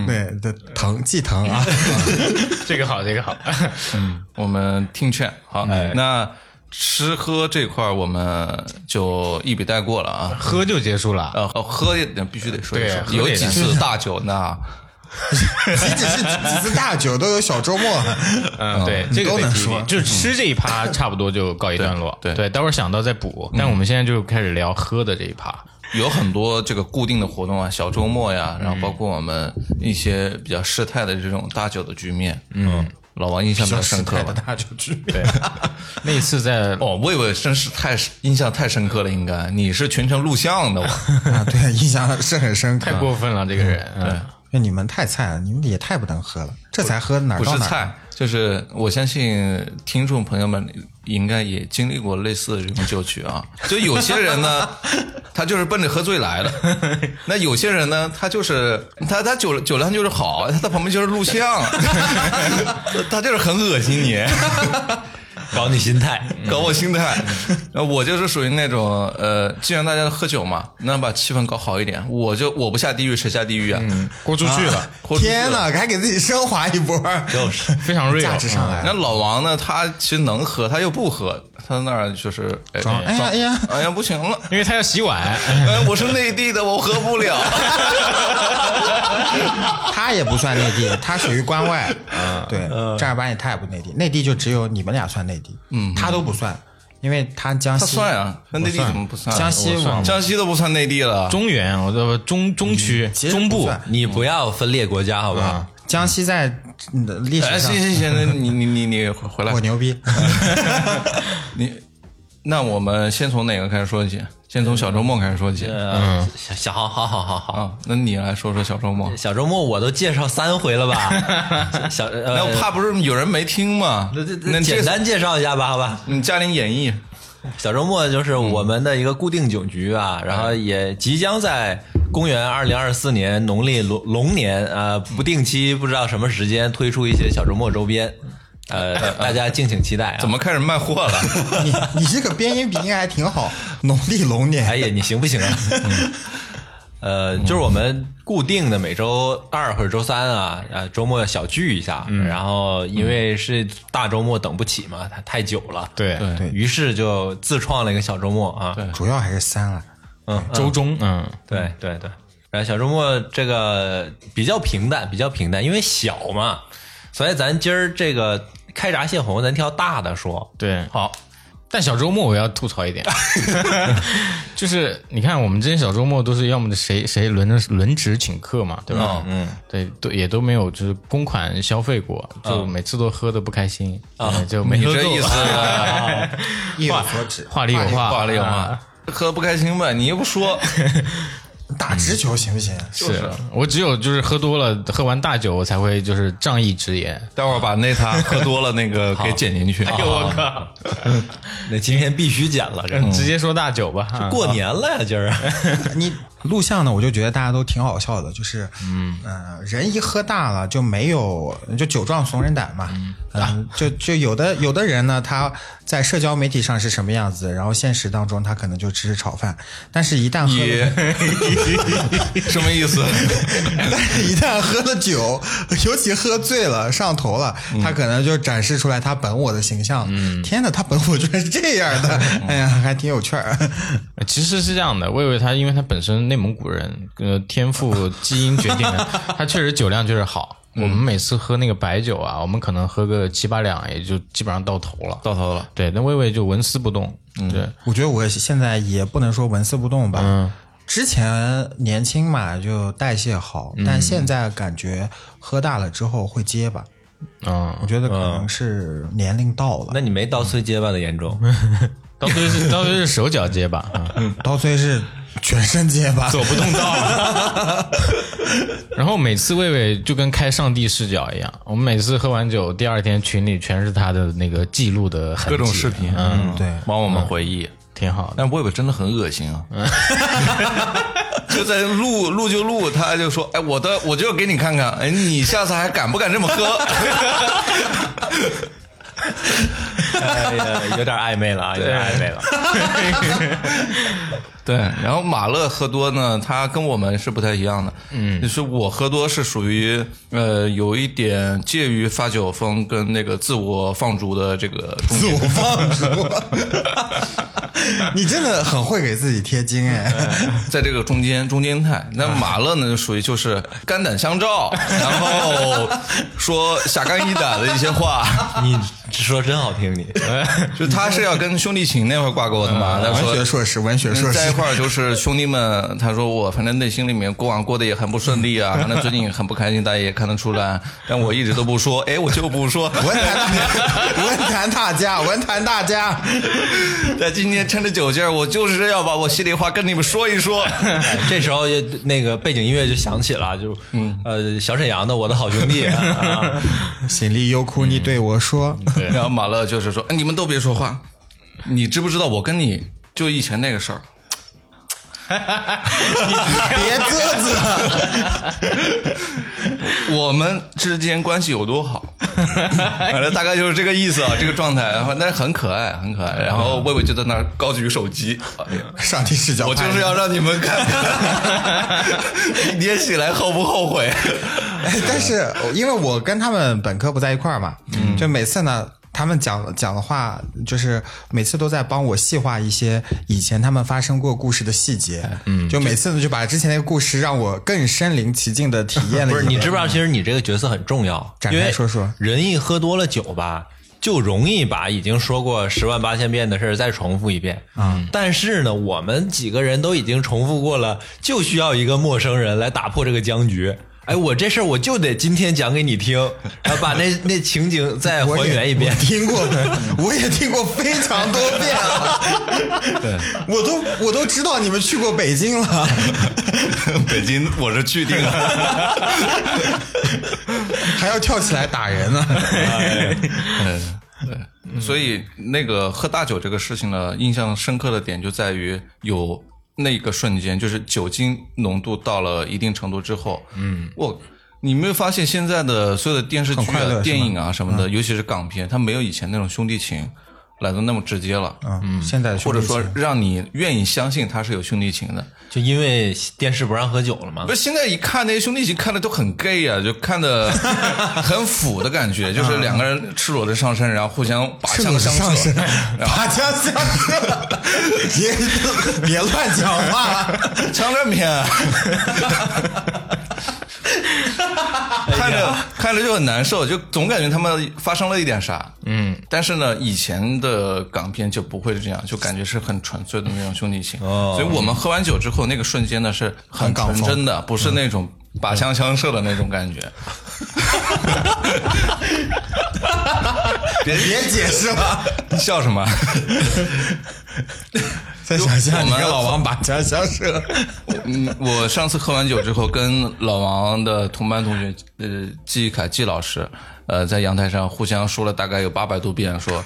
对对，疼记疼啊。
这个好，这个好，
我们听劝。好，那吃喝这块儿我们就一笔带过了啊。
喝就结束了。
呃，喝也必须得说一
对
说，
喝
有
也
几
是
次大酒那
岂止是几次大酒，都有小周末。啊
嗯，对，这个
都
得
能
提一
说
提就是吃这一趴差不多就告一段落。
对对
对，待会儿想到再补。但我们现在就开始聊喝的这一趴。
有很多这个固定的活动啊，小周末呀，然后包括我们一些比较失态的这种大酒的局面，嗯，老王印象比较深刻吧？
大酒局面，
那一次在
哦，魏魏真是太印象太深刻了，应该你是全程录像的吧？
啊，对，印象是很深刻
太。过分了，这个人。嗯，
那你们太菜了，你们也太不能喝了，这才喝哪儿
不
到
是
哪儿。
菜，就是我相信听众朋友们应该也经历过类似的这种酒局 啊。就有些人呢，他就是奔着喝醉来 的；那有些人呢，他就是他他酒酒量就是好，他在旁边就是录 像，他就是很恶心你。
嗯
搞你心态，
搞我心态。呃
嗯
我就是属于那种，呃，既然大家都喝酒嘛，那把气氛搞好一点。我就我不下地狱，谁下地狱啊？
嗯
豁出去了，
豁出去了
天！哪，还给自己升华一波，
就是
非常 real。
价值上来
那
了。
老王呢？他其实能喝，他又不喝，他那儿就是哎
装哎呀哎呀
哎呀，不行了，
嗯因为他要洗碗，
哎，我是内地的，我喝不了。
他也不算内地，他属于关外。
嗯
对，正儿八经他也不内地，内地就只有你们俩算内地，嗯，他都不算，因为他江西
他算啊，那内地怎么不算？
江西往
江西都不算内地了。
中原，我这中中区
其实
中
不
部
算
你不要分裂国家好不好？
江西在嗯的历
哎，
史上
行行行，那你你你你回回来
我，牛逼，
你那我们先从哪个开始说起？先从小周末开始说起
嗯，小小好好好好好，
啊？那你来说说小周末。
小周末我都介绍三回 了吧？小
那
呃
我，怕不是有人没听嘛？
那这
那
这简，单介绍一下吧，好吧？
你加点演绎，
小周末就是我们的一个固定酒局啊，
嗯
然后也即将在公元二零二四年农历龙龙年呃
嗯
不定期不知道什么时间推出一些小周末周边， 呃，大家敬请期待啊。
怎？么开始卖货了？
你你这个边音比应该还挺好，农历龙年
哎呀，你行不 行啊？呃，就是我们固定的每周二或者周三啊，呃，周末小聚一下，
嗯
然后因为是大周末等不起嘛，它太久了，
对
对
于是就自创了一个小周末啊，
主要还是三了，
嗯，嗯
周中，嗯，
对对对，然后小周末这个比较平淡，比较平淡，因为小嘛，所以咱今儿这个开闸泄洪，咱挑大的说。
对，好。但小周末我要吐槽 一点，就是你看我们之前小周末都是要么谁谁轮着轮值请客嘛，对吧？嗯，对，都也都没有就是公款消费过，就每次都喝的不开心啊，就没
你
喝
这
够
意思，
意有所指，
话里有话，
话里有话
啊。，
喝不开心呗，你又不说，
打直球行不行？
是我只有就是喝多了，喝完大酒我才会就是仗义直言。
待会儿把那他喝多了那 个给剪进去。啊
我靠，
那今天必须剪了，这
嗯
直接说大酒吧，啊
过年了呀，今儿
你录像呢，我就觉得大家都挺好笑的，就是，嗯，呃，人一喝大了就没有，就酒壮怂人胆嘛，嗯，就就有的有的人呢，他在社交媒体上是什么样子，然后现实当中他可能就只是炒饭，但是一旦喝
你
了，
什么意 思？
但是 一旦喝了酒，尤其喝醉了上头了，他可能就展示出来他本我的形象，嗯，天哪，他本我居然是这样 的，哎呀，还挺有趣儿，
其实是这样的，魏魏他因为他本身内蒙古人，呃，天赋基因决定的，他确实酒量确实好。
嗯
我们每次喝那个白酒啊，我们可能喝个七八两，也就基本上到头了。
到头了，
对，但魏魏就纹丝不动。
嗯
对，
我觉得我现在也不能说纹丝不动吧。
嗯
之前年轻嘛，就代谢好，
嗯
但现在感觉喝大了之后会结巴。
嗯，
啊
我觉得可能是年龄到了。
那你没到碎结巴的严重，
到最后是到最后是手脚结巴，嗯
到最后是全身结巴，
走不动道了。然后每次魏魏就跟开上帝视角一样，我们每次喝完酒，第二天群里全是他的那个记录的痕迹
各种视频，
嗯，
对
帮我们回忆。
挺好的。
但魏魏真的很恶心啊！ 就在录录就录，他就说：“哎，我的我就要给你看看，哎，你下次还敢不敢这么喝？”
哎呀有点暧昧了啊，有点暧昧了。
对，然后马乐喝多呢，他跟我们是不太一样的。嗯，就是我喝多是属于呃有一点介于发酒疯跟那个自我放逐的这个中
自
间
我放 逐，你真的很会给自己贴 金哎。
在这个中间中间态。那
啊
马乐呢，就属于就是肝胆相 照，然后说侠肝义胆的一些话，
你说真好听，你
就他是要跟兄弟情那块挂钩的嘛。他
文
说嗯
学硕士，文学硕士
在一，块儿就是兄弟们，他说我反正内心里面过往过得也很不顺利 啊，反正最近很不开心，大家也看得出来，但我一直都不 说，哎，我就不说。
文坛 文坛大家，文坛大 家，
但今天趁着酒劲儿，我就是要把我心里话跟你们说一说。
哎这时候也那个背景音乐就响起了，就呃小沈阳的我的好兄弟 啊，
心里有苦你对我说。
然后马乐就是说，哎你们都别说话，你知不知道我跟你就以前那个事儿？
别啧啧，
我们之间关系有多好，反正大概就是这个意思啊，这个状态，然后但是很可爱，很可爱。然后魏魏就在那儿高举手机，哎呀
上帝视角，
我就是要。让你们看 看，明天醒来后不后悔？
哎但是因为我跟他们本科不在一块儿嘛，
嗯
就每次呢。他们讲讲的话，就是每次都在帮我细化一些以前他们发生过故事的细节，嗯，就每次呢就把之前那个故事让我更身临其境的体验了一遍。
不是你知不知道，其实你这个角色很重要，
展开说说。
人一喝多了酒吧，就容易把已经说过十万八千遍的事儿再重复一遍。嗯，但是呢，我们几个人都已经重复过了，就需要一个陌生人来打破这个僵局。哎，我这事儿我就得今天讲给你听，然后把那 那情景再
我
还
也
原一遍
我。听过， 我也听过非常多遍了。对，我都我都知道你们去过北京了。
北京我是去定啊了，
还要跳起来打人啊呢、
哎嗯，对，所以那个喝大酒这个事情呢，印象深刻的点就在于有那个瞬间，就是酒精浓度到了一定程度之后，嗯，我。你没有发现现在的所有的电视剧
很快乐是
啊
吗、嗯
电影啊什么的，尤其是港片，它没有以前那种兄弟情来的那么直接了，
嗯，现在
或者说让你愿意相信他是有兄弟情的。
就因为电视不让喝酒了嘛
不，是现在一看那些兄弟情看的都很 gay 啊，就看 的很腐的感觉，就是两个人赤裸着上身，然后互相拔
赤
枪
裸
相
上身
扯，，
拔枪相扯，别 别乱讲话。
枪战片啊，
哎
看着看着就很难受，就总感觉他们发生了一点啥。嗯，但是呢，以前的港片就不会是这样，就感觉是很纯粹的那种兄弟情。
哦
所以我们喝完酒之后，那个瞬间呢是很纯真的，不
嗯
是那种拔枪相射的那种感觉。别
别解释了，
你笑什么？
再想
我
象 你
们
跟老王拔枪 相射，
嗯，我上次喝完酒之后，跟老王的同班同学，呃，季凯季老师，呃，在阳台上互相说了大概有八百多遍，说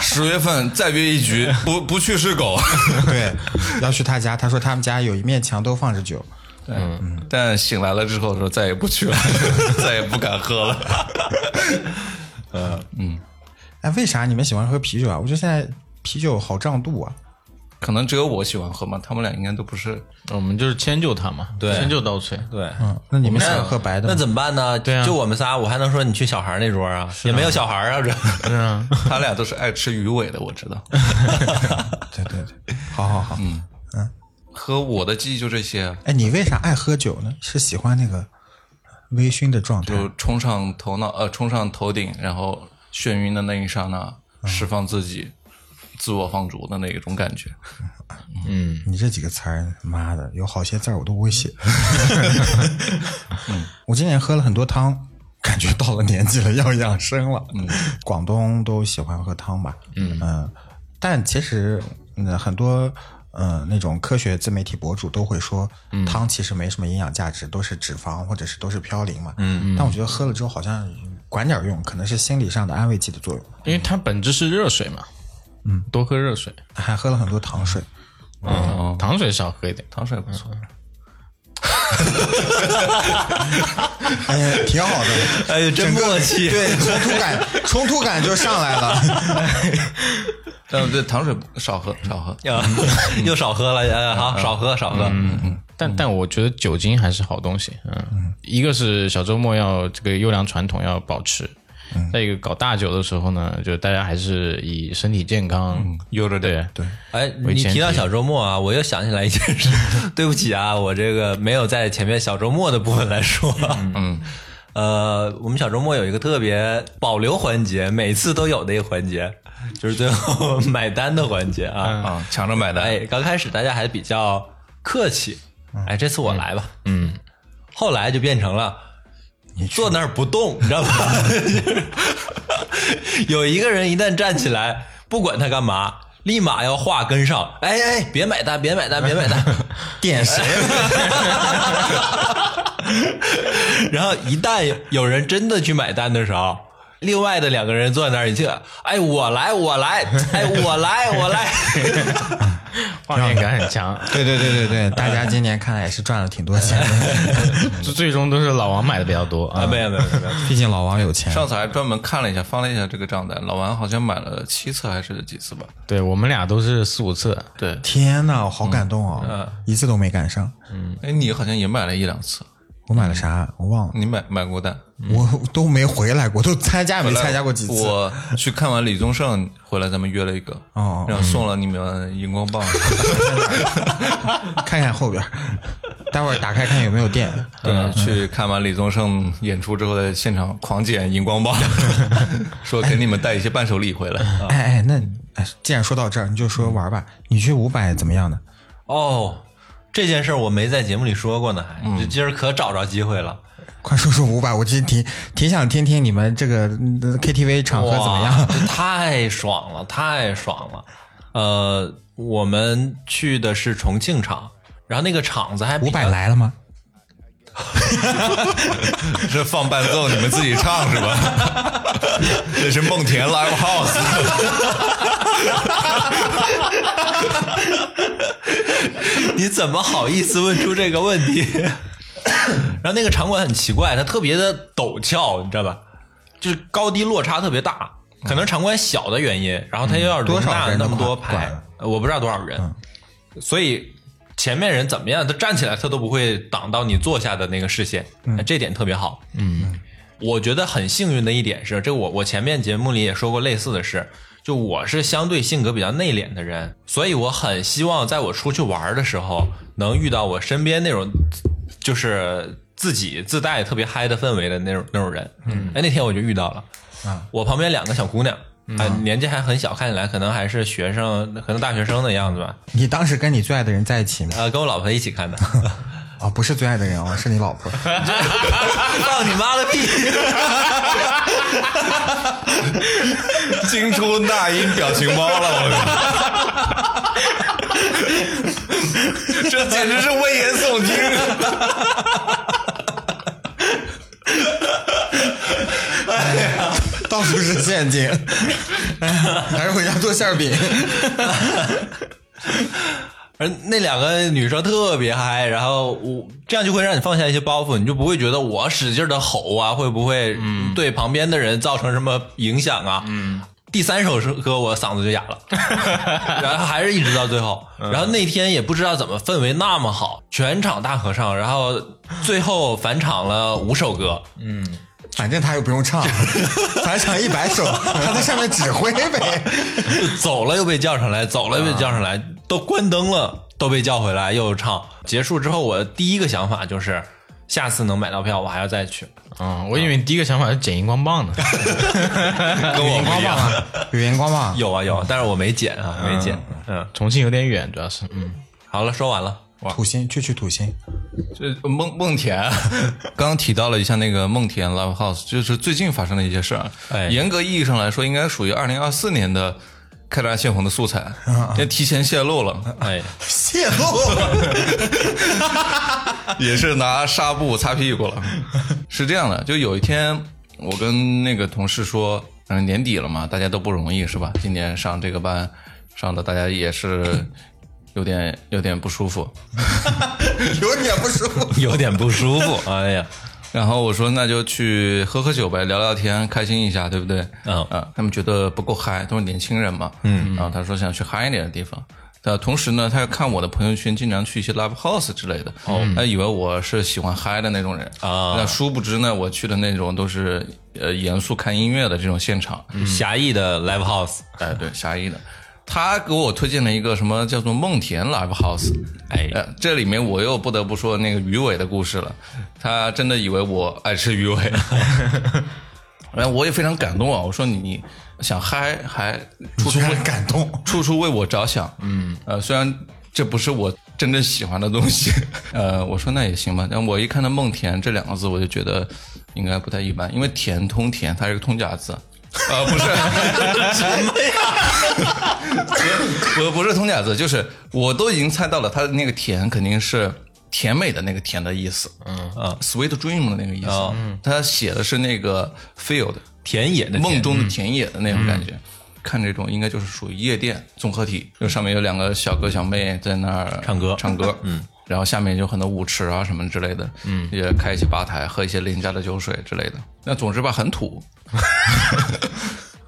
十月份再约一局，不不去是狗。
对，要去他家，他说他们家有一面墙都放着酒。
但醒来了之后说再也不去了， 再也不敢喝了。
哎，为啥你们喜欢喝啤酒啊？我觉得现在啤酒好胀肚啊。
可能只有我喜欢喝嘛，他们俩应该都不是。
我们就是迁就他嘛，
对
迁就倒催。
对。
嗯，那你们喜欢喝白的吗？
那怎么办呢？
对啊
就我们仨，我还能说你去小孩那桌啊？也没有小孩啊，这
对啊，
他俩都是爱吃鱼尾的，我知道。
对对对，好好好。嗯，
和我的记忆就这些，啊
哎，你为啥爱喝酒呢？是喜欢那个微醺的状态？
就冲上头脑，呃，冲上头顶，然后眩晕的那一刹那，
嗯
释放自己，自我放逐的那一种感觉。
你这几个词儿，妈的，有好些字儿我都不会写。 我今年喝了很多汤，感觉到了年纪了，要养生了。嗯，广东都喜欢喝汤吧？嗯但其实、嗯、很多嗯、呃那种科学自媒体博主都会说，汤其实没什么营养价值，都是脂肪或者是都是嘌呤嘛。嗯嗯。但我觉得喝了之后好像管点儿用，可能是心理上的安慰剂的作用。
因为它本质是热水嘛，嗯，多喝热水，
还喝了很多糖水，
嗯，糖水少喝一点。
糖水不错，
哎呀， 挺好的，
哎呦，真
整个
默契。
对冲突感，冲突感就上来了。
但对糖水少喝少喝，
啊， 又少喝了，
嗯
呃，好，少喝少喝。
但但我觉得酒精还是好东西，嗯，一个是小周末要这个优良传统要保持，再一个搞大酒的时候呢，就大家还是以身体健康悠着点，对，
哎，
为
你
前
提到
提
小周末啊，我又想起来一件 事，对不起啊，我这个没有在前面小周末的部分来说。嗯，呃，我们小周末有一个特别保留环节，每次都有的一个环节，就是最后买单的环节
嗯
啊。
啊，抢着买单。
哎，刚开始大家还比较客气，哎，这次我来吧。嗯，后来就变成了你坐那儿不动，你知道吧？ 有一个人一旦站起来，不管他干嘛，立马要话跟上。哎哎，别买单，别买单，别买 单！
点谁？
然后一旦有人真的去买单的时候，另外的两个人坐在那儿，你就哎我来我来，哎我来我来。
画面感很强，
对对对对对，大家今年看来也是赚了挺多钱的，
最 最终都是老王买的比较多
啊，
啊，
没有没有没有没有，
毕竟老王有钱。
上次还专门看了一下，翻了一下这个账单，老王好像买了七次还是几次吧？
对我们俩都是四五次，
对，
天呐，我好感动哦，一次都没赶上。
哎，你好像也买了一两次，
我买了啥？我忘了，
你买买过单？
我都没回来过，都参加没参加过几次。
我去看完李宗盛回来，咱们约了一个，
哦
然后送了你们荧光棒。
看看后边儿，待会儿打开看有没有电。
对，去看完李宗盛演出之后，在现场狂捡荧光棒，说给你们带一些伴手礼回来。啊
哎哎，那哎，既然说到这儿，你就说玩儿吧。你去五百怎么样呢？
哦，这件事儿我没在节目里说过呢，还、
嗯
这今儿可找着机会了。
快说说五百，我真挺挺想听听你们这个嗯 KTV 场合怎么
哇
样。？
这太爽了，太爽了。呃，我们去的是重庆场，然后那个场子还比
五
较
百来了吗？
这放伴奏，你们自己唱是吧？这是梦田 Live House，
你怎么好意思问出这个问题？然后那个场馆很奇怪，它特别的陡峭，你知道吧？就是高低落差特别大，可能场馆小的原因，然后它又要容
多少
纳
人
那么
的
多
话
排
管，
呃我不知道多少人，所以前面人怎么样，他站起来他都不会挡到你坐下的那个视线，哎这点特别好。我觉得很幸运的一点是，这我我前面节目里也说过类似的事，就我是相对性格比较内敛的人，所以我很希望在我出去玩的时候，能遇到我身边那种就是自己自带特别嗨的氛围的那种那种人。嗯，哎，那天我就遇到了，啊，我旁边两个小姑娘。啊、年纪还很小，看起来可能还是学生，可能大学生的样子吧。
你当时跟你最爱的人在一起吗？
呃，跟我老婆一起看 的，
哦，不是最爱的人哦，是你老婆。
放你妈的屁！
惊出那英表情包了，我靠！这简直是危言耸听。啊
倒数是陷阱，哎还是回家做馅儿饼？
而那两个女生特别嗨，然后我这样就会让你放下一些包袱，你就不会觉得我使劲的吼啊，会不会对旁边的人造成什么影响啊？嗯，第三首歌我嗓子就哑了，然后还是一直到最后。然后那天也不知道怎么氛围那么好，全场大合唱，然后最后返场了五首歌，
反正他又不用唱，反正唱一百首，他在上面指挥呗。
就 走了又被叫上来，走了又被叫上来，都关灯了都被叫回来又唱。结束之后，我第一个想法就是，下次能买到票我还要再去。
嗯，我以为你第一个想法是捡荧光棒 呢，
跟我不一样，
啊，有荧光棒。
有啊有啊，但是我没剪啊，没剪。嗯，
重庆有点远，主要是，嗯，
好了，说完了。
土星，去去土星，
这梦梦田啊 刚刚提到了一下那个梦田 Live House，就是最近发生的一些事儿。
哎
严格意义上来说，应该属于二零二四年的开闸泄洪的素材，也提前泄露 了，
哎，
泄露。
也是拿纱布擦屁股了。是这样的，就有一天我跟那个同事说，反正年底了嘛，大家都不容易是吧？今年上这个班上的大家也是有点有点不舒服。
有点不舒服。
有点不舒服。哎呀，
然后我说那就去喝喝酒呗，聊聊天，开心一下，对不对？
嗯
啊，他们觉得不够嗨，都是年轻人嘛。嗯，然后他说想去嗨一点的地方。呃，同时呢，他又看我的朋友圈，经常去一些 live house 之类的，哦，他以为我是喜欢嗨的那种人
啊
那殊不知呢，我去的那种都是呃严肃看音乐的这种现场，
狭义的 live house，
哎，对，狭义的。他给我推荐了一个什么叫做梦田 Live House，
哎
呃，这里面我又不得不说那个鱼尾的故事了。他真的以为我爱吃鱼 尾，然后我也非常感动啊！我说你你想嗨还处处
居
为
然感动，
处处为我着想，嗯，呃，虽然这不是我真正喜欢的东西， 呃，我说那也行吧。但我一看到“梦田”这两个字，我就觉得应该不太一般，因为“田”通田，它是个通假 字。呃，不是，什么呀？ 不，不是通假字，就是我都已经猜到了，它的那个“甜”肯定是甜美的那个“甜”的意思，嗯
啊
，sweet dream 的那个意思
哦。
它写的是那个 field，
田野的田
梦中的田嗯野的那种感觉。看这种应该就是属于夜店综合体，就上面有两个小哥小妹在那儿
唱歌
唱歌，嗯，然后下面有很多舞池啊什么之类的，嗯，也开一些吧台，喝一些廉价的酒水之类的。那总之吧，很土，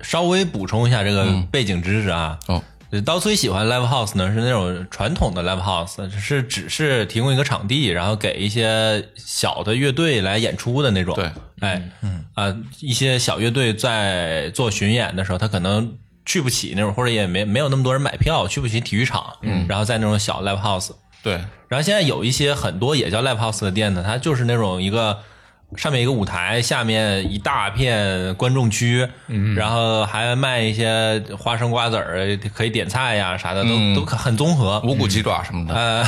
稍微补充一下这个背景知识啊。
哦
呃，刀崔喜欢 live house 呢，是那种传统的 live house，是只是提供一个场地，然后给一些小的乐队来演出的那种。
对，
哎，嗯啊、一些小乐队在做巡演的时候，他可能去不起那种，或者也没没有那么多人买票，去不起体育场，嗯，然后在那种小 live house，
对，
然后现在有一些很多也叫 live house 的店呢，它就是那种一个上面一个舞台，下面一大片观众区，
嗯
然后还卖一些花生瓜子儿，可以点菜呀啥的，都、
嗯
都很综合。
无骨鸡爪什么的，
呃，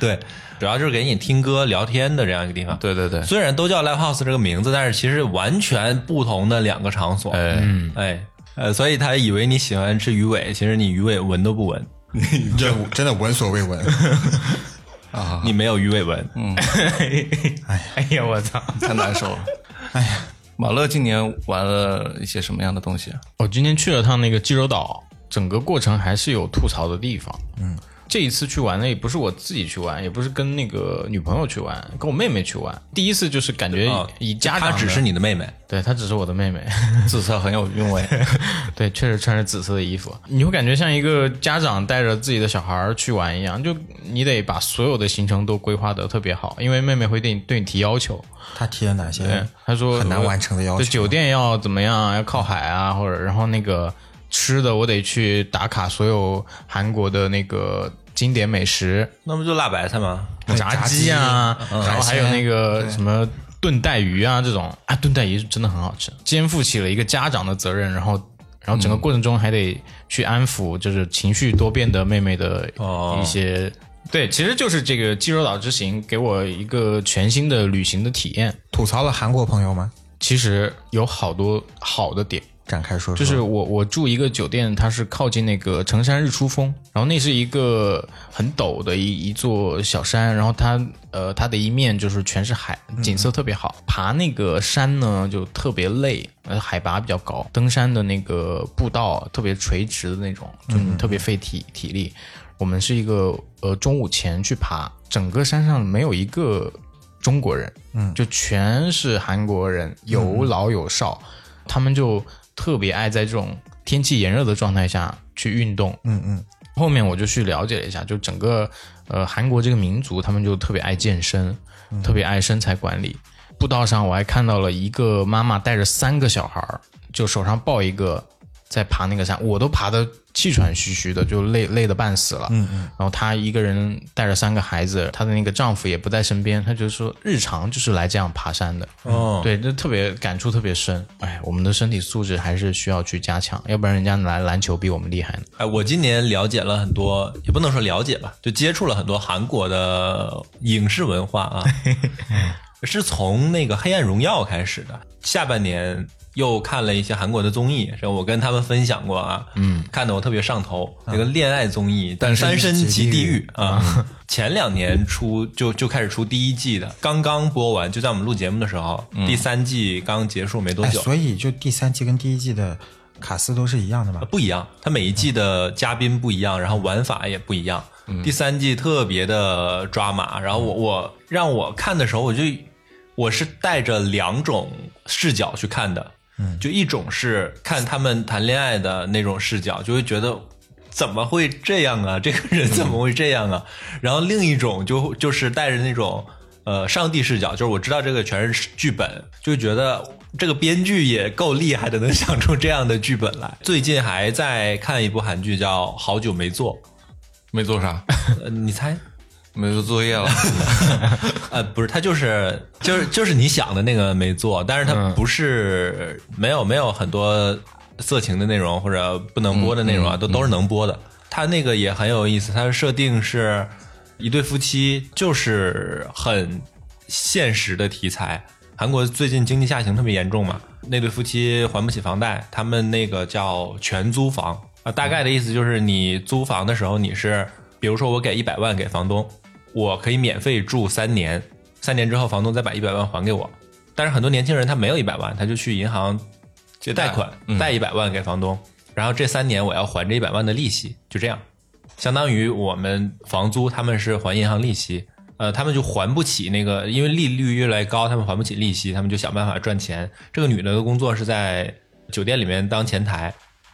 对，主要就是给你听歌聊天的这样一个地方。
啊对对 对，
虽然都叫 live house 这个名字，但是其实完全不同的两个场所。
哎，
哎，呃，所以他以为你喜欢吃鱼尾，其实你鱼尾闻都不闻，
这真的闻所未闻。
啊
你没有鱼尾纹。
嗯哎呀，我操！
太难受了。哎呀，马乐今年玩了一些什么样的东西啊？
我哦今天去了趟那个济州岛，整个过程还是有吐槽的地方。嗯，这一次去玩呢，也不是我自己去玩，也不是跟那个女朋友去玩，跟我妹妹去玩。第一次就是感觉
啊
哎以家长
她
的，
只是你的妹妹。
对她只是我的妹妹，
紫色很有韵味，
对，确实穿着紫色的衣服，你会感觉像一个家长带着自己的小孩儿去玩一样，就你得把所有的行程都规划得特别好，因为妹妹会对你对你提要求。
他提了哪
对
些，
他说
很难完成的要
哎对
求？
酒店要怎么样啊，要靠海啊，或者然后那个吃的我得去打卡所有韩国的那个经典美食，
那不就辣白菜吗？
炸鸡啊，然后还有那个什么炖带鱼啊这种啊，炖带鱼真的很好吃，肩负起了一个家长的责任，然后。然后整个过程中还得去安抚，就是情绪多变的妹妹的
哦
一些，对，其实就是这个济州岛之行给我一个全新的旅行的体验。
吐槽了韩国朋友吗？
其实有好多好的点，
展开说说。
就是我我住一个酒店，它是靠近那个成山日出峰，然后那是一个很陡的一一座小山，然后它呃它的一面就是全是海，
嗯
景色特别好。爬那个山呢就特别累，呃海拔比较高，登山的那个步道特别垂直的那种，就
嗯
你特别费体体力。我们是一个呃中午前去爬，整个山上没有一个中国人，嗯，就全是韩国人，
嗯
有老有少，他们就特别爱在这种天气炎热的状态下去运动。
嗯嗯，
后面我就去了解了一下，就整个呃韩国这个民族，他们就特别爱健身，特别爱身材管理。步道上我还看到了一个妈妈带着三个小孩儿，就手上抱一个在爬那个山，我都爬得气喘吁吁的，就累累得半死了。嗯嗯。然后她一个人带着三个孩子，她的那个丈夫也不在身边，她就说日常就是来这样爬山的。
哦，
对，这特别感触特别深。哎，我们的身体素质还是需要去加强，要不然人家来篮球比我们厉害呢。
哎，我今年了解了很多，也不能说了解吧，就接触了很多韩国的影视文化 啊，是从那个《黑暗荣耀》开始的。下半年又看了一些韩国的综艺，是我跟他们分享过啊，嗯，看得我特别上头。那个恋爱综艺《单
身
身
即
即
地
地狱》啊， 前两年出就就开始出第一季的，刚刚播完，嗯就在我们录节目的时候，第三季刚结束没多
哎，
久。
所以就第三季跟第一季的卡斯都是一样的嘛
呃？不一样，它每一季的嘉宾不一样，然后玩法也不一样。第三季特别的抓马，然后我我让我看的时候，我就我是带着两种视角去看的，就一种是看他们谈恋爱的那种视角，就会觉得怎么会这样啊？这个人怎么会这样啊？然后另一种就就是带着那种呃上帝视角，就是我知道这个全是剧本，就觉得这个编剧也够厉害的，能想出这样的剧本来。最近还在看一部韩剧叫《好久没做
没做啥，》，
呃、你猜？
没做作业 了。
呃，不是，他就是就是就是你想的那个没做，但是他不是、没有没有很多色情的内容或者不能播的内容啊，都都是能播的。他那个也很有意思，他的设定是一对夫妻，就是很现实的题材。韩国最近经济下行特别严重嘛，那对夫妻还不起房贷，他们那个叫全租房啊，大概的意思就是你租房的时候，你是比如说我给一百万给房东，我可以免费住三年，三年之后房东再把一百万还给我。但是很多年轻人他没有一百万，他就去银行借贷嗯款，贷一百万给房东，然后这三年我要还这一百万的利息，就这样，相当于我们房租他们是还银行利息，呃，他们就还不起那个，因为利率越来越高，他们还不起利息，他们就想办法赚钱。这个女的的工作是在酒店里面当前台，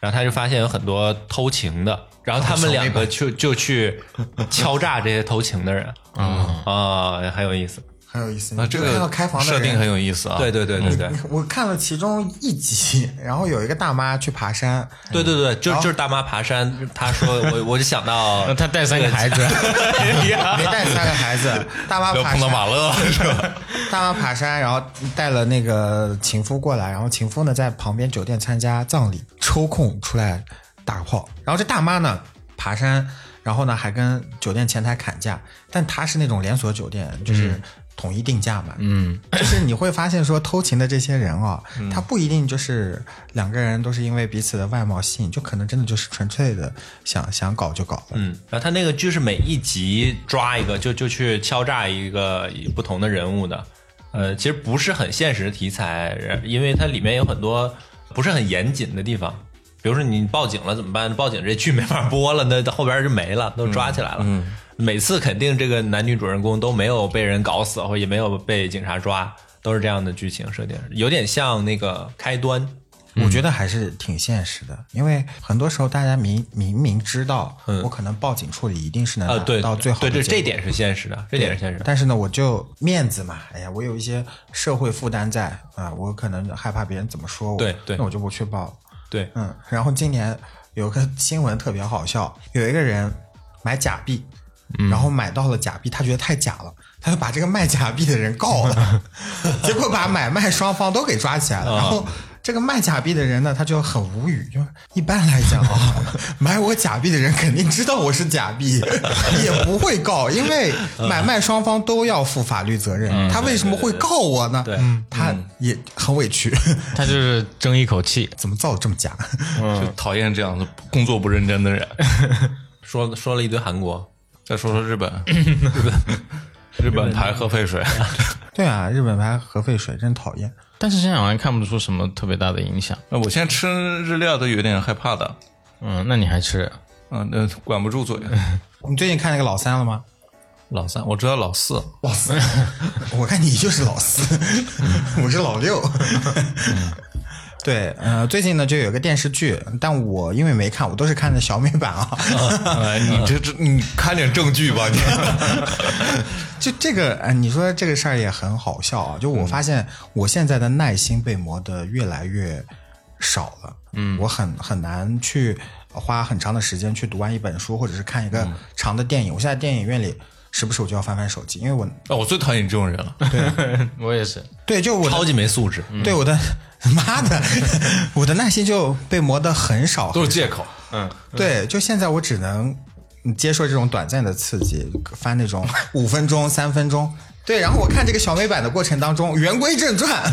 然后她就发现有很多偷情的，然后他们
哦
两个就就去敲诈这些偷情的人，啊、很有意思。
很有意思。
那
你
这
就看到
个
开房的
设定
人
很有意思啊。
对对对对对
你我看了其中一集，然后有一个大妈去爬山，
对对对，就就是大妈爬山，她说我我就想到
那他带三个孩子，
没带三个孩子，大妈
要
爬
碰到
山，
马勒了是吧？
大妈爬山，然后带了那个情夫过来，然后情夫呢在旁边酒店参加葬礼，抽空出来打炮。然后这大妈呢爬山，然后呢还跟酒店前台砍价，但她是那种连锁酒店，就是统一定价嘛。嗯，就是你会发现说偷情的这些人啊、他不一定就是两个人都是因为彼此的外貌吸引，就可能真的就是纯粹的想想搞就搞了。
嗯，然后他那个剧是每一集抓一个，就就去敲诈一个不同的人物的，呃，其实不是很现实的题材，然因为它里面有很多不是很严谨的地方，比如说你报警了怎么办？报警这剧没法播了，那后边就没了，都抓起来了。
嗯
每次肯定这个男女主人公都没有被人搞死，或者也没有被警察抓，都是这样的剧情设定，有点像那个开端。
我觉得还是挺现实的，因为很多时候大家明明明知道，我可能报警处理一定是能
呃，
达
嗯对，
啊到最好的
对对，
结果
这点是现实的，这点是现实的。
但是呢，我就面子嘛，哎呀，我有一些社会负担在啊、我可能害怕别人怎么说我，
对对
那我就不去报了。
对，
嗯，然后今年有个新闻特别好笑，有一个人买假币，
嗯
然后买到了假币，他觉得太假了，他就把这个卖假币的人告 了，结果把买卖双方都给抓起来了，
啊
然后。这个卖假币的人呢，他就很无语，就是一般来讲啊， 买我假币的人肯定知道我是假币， 也不会告，因为买卖双方都要负法律责任。他为什么会告我呢？
嗯对
嗯他也很委屈，
他就是争一口气。
怎么造的这么假？
就讨厌这样的工作不认真的人。
说说了一堆韩国，
再说说日 本，日本排核废水，
对啊，日本牌核废水真讨厌。
但是现在好像看不出什么特别大的影响。
那我现在吃日料都有点害怕的。
嗯，那你还吃？
嗯，那管不住嘴。
你最近看那个老三了吗？
老三，我知道老四，
老四，我看你就是老四， 我是老六。嗯对，呃，最近呢就有个电视剧，但我因为没看，我都是看的小美版啊。
哎，你这这，你看点证据吧，你。
就这个，呃，你说这个事儿也很好笑啊。就我发现
嗯
我现在的耐心被磨得越来越少了，嗯，我很很难去花很长的时间去读完一本书，或者是看一
嗯
个长的电影。我现在电影院里时不时我就要翻翻手机，因为我
啊，我最讨厌你这种人了。 嗯
我也是。
对，就我的
超级没素质。
对我的 妈的， 我的耐心就被磨得很少。
是借口。
对，就现在我只能接受这种短暂的刺激，翻那种五分钟、三分钟。对，然后我看这个小美版的过程当中，言归正传，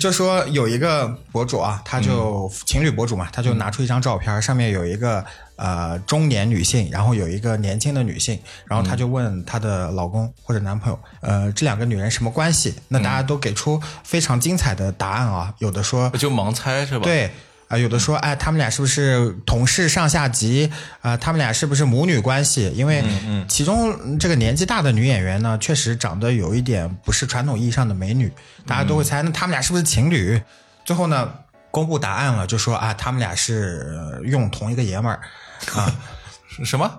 就说有一个博主啊，他就、情侣博主嘛，他就拿出一张照片，上面有一个呃中年女性，然后有一个年轻的女性，然后他就问她的老公 或者男朋友，呃，这两个女人什么关系？那大家都给出非常精彩的答案啊，有的说
就盲猜是吧？，
对，啊、有的说，哎，他们俩是不是同事上下级？啊、他们俩是不是母女关系？因为
嗯
其中这个年纪大的女演员呢，确实长得有一点不是传统意义上的美女，大家都
嗯
会猜，那他们俩是不是情侣？最后呢，公布答案了，就说啊，他们俩是呃用同一个爷们儿，
是什么？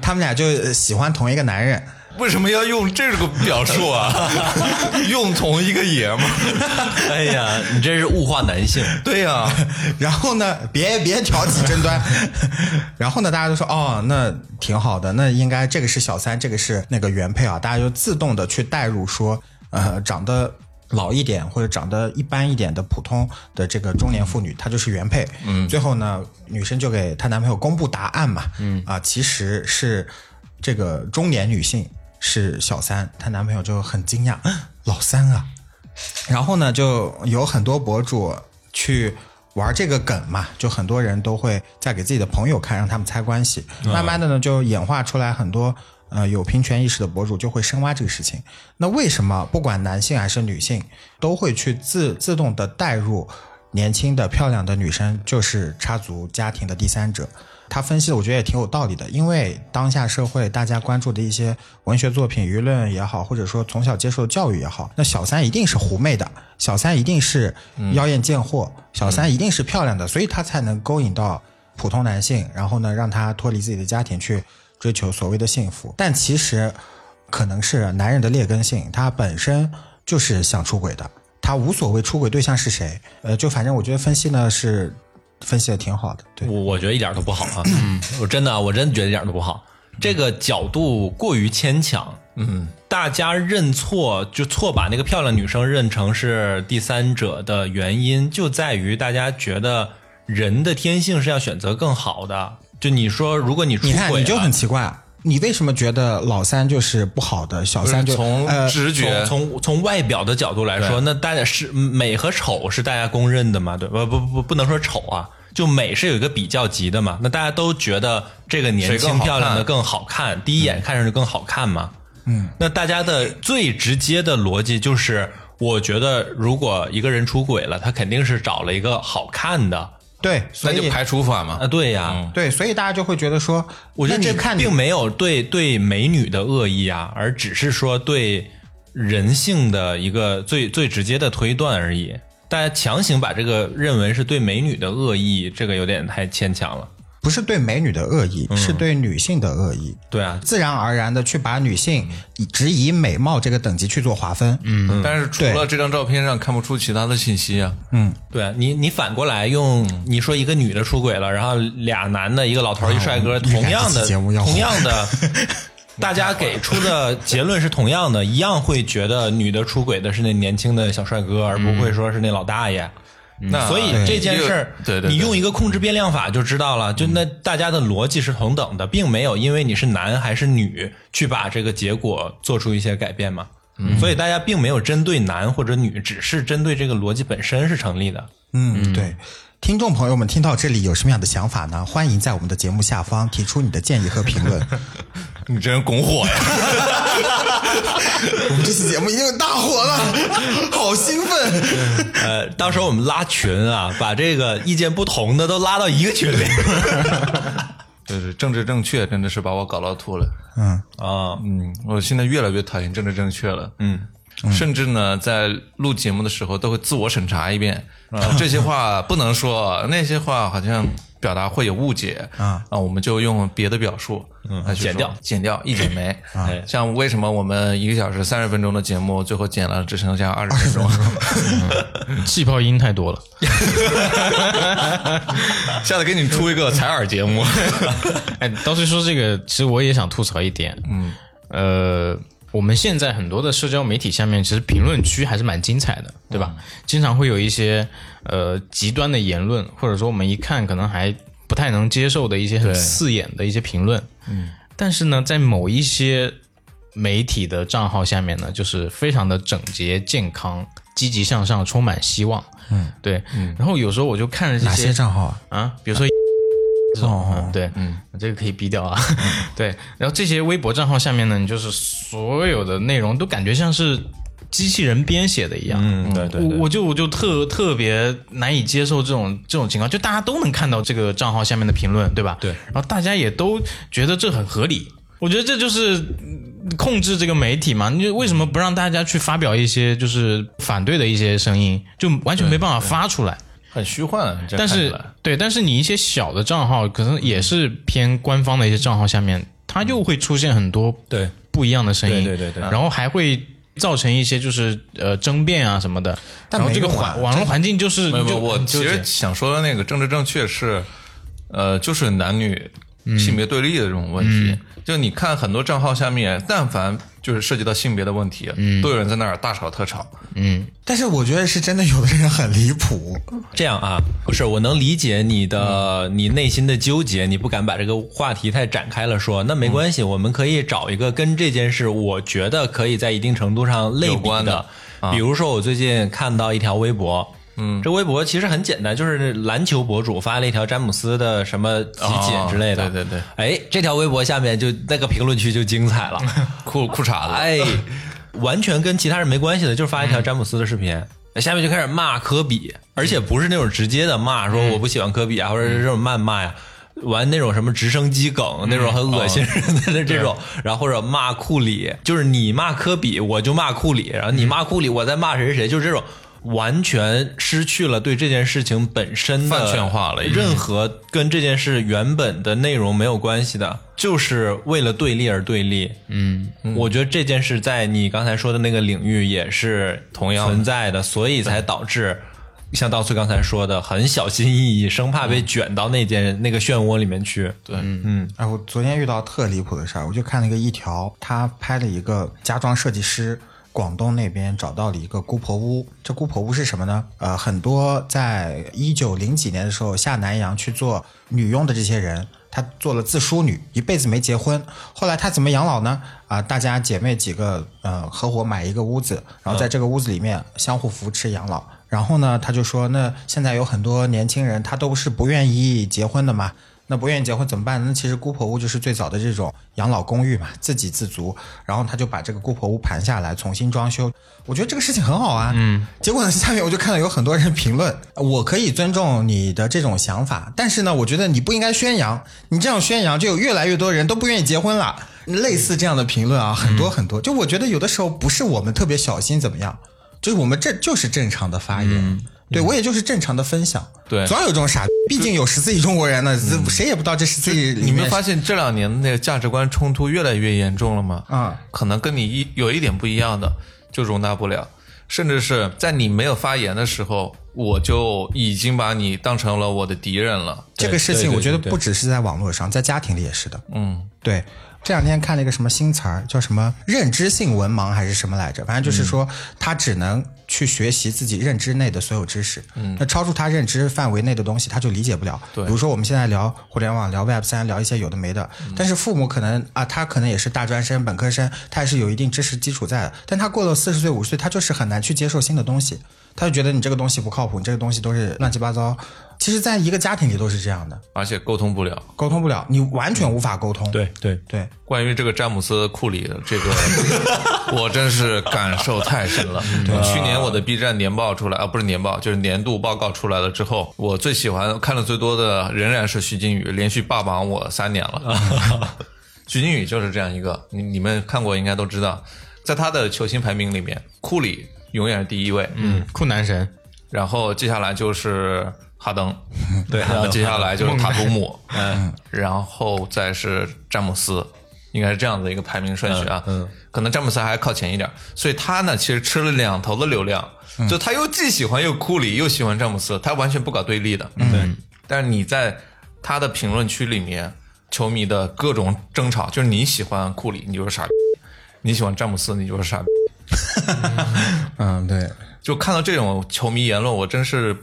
他们俩就呃喜欢同一个男人。
为什么要用这个表述 啊？用同一个爷们儿？
哎呀，你真是物化男性。
对呀、
然后呢，别别挑起争端。 然后呢，大家都说哦，那挺好的，那应该这个是小三，这个是那个原配啊，大家就自动的去带入说，呃，长得。老一点或者长得一般一点的普通的这个中年妇女，她就是原配。嗯，最后呢，女生就给她男朋友公布答案嘛。嗯啊，其实是这个中年女性是小三，她男朋友就很惊讶，老三啊。然后呢，就有很多博主去玩这个梗嘛，就很多人都会在给自己的朋友看，让他们猜关系。慢慢的呢，就演化出来很多呃有平权意识的博主就会深挖这个事情。那为什么不管男性还是女性，都会去自自动的带入年轻的漂亮的女生就是插足家庭的第三者？他分析的我觉得也挺有道理的，因为当下社会大家关注的一些文学作品、舆论也好，或者说从小接受的教育也好，那小三一定是狐媚的，小三一定是妖艳贱货，小三一定是漂亮的，所以他才能勾引到普通男性，然后呢让他脱离自己的家庭去追求所谓的幸福。但其实可能是男人的劣根性，他本身就是想出轨的。他无所谓出轨对象是谁，呃，就反正我觉得分析呢是分析的挺好的，
嗯
对。
我我觉得一点都不好啊！我真的，我真的觉得一点都不好。这个角度过于牵强，嗯，大家认错就错把那个漂亮女生认成是第三者的原因，就在于大家觉得人的天性是要选择更好的。就你说，如果你出
你
轨、啊，
看，你就很奇怪，你为什么觉得老三就是不好的，小三就
从
呃
直觉
从从从外表的角度来说，那大家是美和丑是大家公认的嘛？对吧，不不不，不能说丑啊，就美是有一个比较级的嘛。那大家都觉得这个年
谁更
轻
好看嗯
漂亮的更好看，第一眼看上去更好看嘛。嗯，那大家的最直接的逻辑就是，我觉得如果一个人出轨了，他肯定是找了一个好看的
对，
那
所
就
以
排除法嘛
啊。。对呀、
嗯
对，所以大家就会觉得说，
我觉得
那
这
你看你
并没有对对美女的恶意啊，而只是说对人性的一个最最直接的推断而已。大家强行把这个认为是对美女的恶意，这个有点太牵强了。
不是对美女的恶意，是对女性的恶意。
对啊，
自然而然的去把女性以只以美貌这个等级去做划分，嗯，
但是除
对
了这张照片上看不出其他的信息啊。
对啊，你你反过来用你说一个女的出轨了，然后俩男的，一个老头儿一帅哥，
啊预感
同样
这
的
期节目要火
同样的， 大家给出的结论是同样的，一样会觉得女的出轨的是那年轻的小帅哥，而不
嗯
会说是那老大爷。
那
嗯所以这件事儿，
对对对嗯
你用一个控制变量法就知道了。就那大家的逻辑是同等的，并没有因为你是男还是女去把这个结果做出一些改变嘛。
嗯
所以大家并没有针对男或者女，只是针对这个逻辑本身是成立的。
嗯，对。听众朋友们，听到这里有什么样的想法呢？欢迎在我们的节目下方提出你的建议和评 论。
你这人拱火呀！
我们这期节目一定大火了，好兴奋！
呃，到时候我们拉群啊，把这个意见不同的都拉到一个群 里
就是政治正确真的是把我搞到吐了。
啊。
嗯，我现在越来越讨厌政治正确了。嗯，甚至呢，在录节目的时候都会自我审查一遍，啊、这些话不能说，那些话好像表达会有误解
啊
啊，我们就用别的表述，嗯
剪掉，
剪掉，一剪没。
哎
像为什么我们一个小时三十分钟的节目，最后剪了只剩下二十分钟？
气泡音太多了。
下次给你出一个采耳节目。
哎，倒是说这个，其实我也想吐槽一点，嗯，呃，我们现在很多的社交媒体下面，其实评论区还是蛮精彩的，对吧？经常会有一些呃极端的言论，或者说我们一看可能还不太能接受的一些很刺眼的一些评论，嗯，但是呢，在某一些媒体的账号下面呢，就是非常的整洁、健康、积极向上、充满希望，嗯，对，然后有时候我就看着这
哪
些
些账号啊？
啊，比如说这种，
哦
啊
嗯，对，嗯，这个可以逼掉啊， 对。然后这些微博账号下面呢，你就是所有的内容都感觉像是机器人编写的一样。
嗯，对对
我
对，
我就我就特特别难以接受这种这种情况，就大家都能看到这个账号下面的评论，对吧？
对
然后大家也都觉得这很合理，我觉得这就是嗯控制这个媒体嘛。你就为什么不让大家去发表一些就是反对的一些声音，就完全没办法发出来。
很虚幻啊，这样
但
看起
是
来
对，但是你一些小的账号，可能也是偏官方的一些账号下面，它又会出现很多
对
不一样的声音，
对对对对
然后还会造成一些就是呃争辩啊什么的，
但
然后这个
没用啊
环网络环境就是
没有，没
就
有我
很
其
纠结
实想说的那个政治正确是，呃，就是男女性别对立的这种问题。就你看很多账号下面，但凡就是涉及到性别的问题，都有人在那儿大吵特吵。
但是我觉得是真的，有的人很离谱。
这样啊，不是，我能理解你的、
嗯
你内心的纠结，你不敢把这个话题太展开了说，那没关系，我们可以找一个跟这件事，我觉得可以在一定程度上类
有
比
关的啊
比如说我最近看到一条微博。嗯，这微博其实很简单，就是篮球博主发了一条詹姆斯的什么集锦之类的。
哦对对对。
哎，这条微博下面就那个评论区就精彩了。
裤裤衩子，嗯
哎，完全跟其他人没关系的，就是发一条詹姆斯的视频，下面就开始骂科比，而且不是那种直接的骂，说
嗯
我不喜欢科比啊，或者是这种谩骂呀。玩那种什么直升机梗，那
嗯
种很恶
哦
心人的这种，然后或者骂库里，就是你骂科比，我就骂库里，然后你骂库里，我再骂谁谁谁，就是这种完全失去了对这件事情本身的
饭圈化了已经
任何跟这件事原本的内容没有关系的，就是为了对立而对立。嗯，我觉得这件事在你刚才说的那个领域也是
同样的
存在的，所以才导致像道翠刚才说的，很小心翼翼，生怕被卷到那件、那个漩涡里面去。对，嗯，
哎，我昨天遇到特离谱的事儿，我就看了一个一条，他拍了一个家装设计师，广东那边找到了一个姑婆屋。这姑婆屋是什么呢？呃，很多在一九零几年的时候下南洋去做女佣的这些人。她做了自梳女，一辈子没结婚。后来她怎么养老呢？啊、大家姐妹几个，呃，合伙买一个屋子，然后在这个屋子里面相互扶持养老。然后呢，他就说，那现在有很多年轻人，他都是不愿意结婚的嘛，那不愿意结婚怎么办呢？那其实姑婆屋就是最早的这种养老公寓嘛，自给自足。然后他就把这个姑婆屋盘下来，重新装修。我觉得这个事情很好啊。嗯。结果呢， 下面我就看到有很多人评论，呃我可以尊重你的这种想法，但是呢，我觉得你不应该宣扬，你这样宣扬就有越来越多人都不愿意结婚了。类似这样的评论啊，很多很多。就我觉得有的时候不是我们特别小心怎么样，就是我们这就是正常的发言。对，我也就是正常的分享，
对
总要有这种傻逼，毕竟有十四亿中国人呢，这谁也不知道这十四亿里面
你们发现这两年的那个价值观冲突越来越严重了吗？
嗯，
可能跟你一有一点不一样的就容纳不了，甚至是在你没有发言的时候，我就已经把你当成了我的敌人了。
这个事情，
对
我觉得
对对
不只是在网络上，在家庭里也是的。
嗯，
对，这两天看了一个什么新词儿，叫什么认知性文盲还是什么来着？反正就是说，他只能去学习自己认知内的所有知识，嗯，那超出他认知范围内的东西，他就理解不了。
对
比如说我们现在聊互联网、聊 Web 三、聊一些有的没的，但是父母可能啊，他可能也是大专生、本科生，他也是有一定知识基础在的，但他过了四十岁、五十岁，他就是很难去接受新的东西，他就觉得你这个东西不靠谱，你这个东西都是乱七八糟。其实，在一个家庭里都是这样的。
而且沟通不了。
沟通不了，你完全无法沟通。
对对，
对，
关于这个詹姆斯库里的这个，我真是感受太深了。嗯去年我的 B 站年报出来啊，不是年报，就是年度报告出来了之后，我最喜欢看的最多的仍然是徐金宇，连续霸榜我三年了。徐金宇就是这样一个，你你们看过应该都知道，在他的球星排名里面，库里永远是第一位，嗯，
酷男神，
然后接下来就是哈 登，
对
然后接下来就是塔图姆，嗯，然后再是詹姆斯，应该是这样的一个排名顺序啊。嗯，可能詹姆斯还靠前一点，所以他呢其实吃了两头的流量，就他又既喜欢又库里，又喜欢詹姆斯，他完全不搞对立的。嗯，但是你在他的评论区里面，球迷的各种争吵，就是你喜欢库里，你就是傻逼；你喜欢詹姆斯，你就是傻逼。
嗯，对，
就看到这种球迷言论，我真是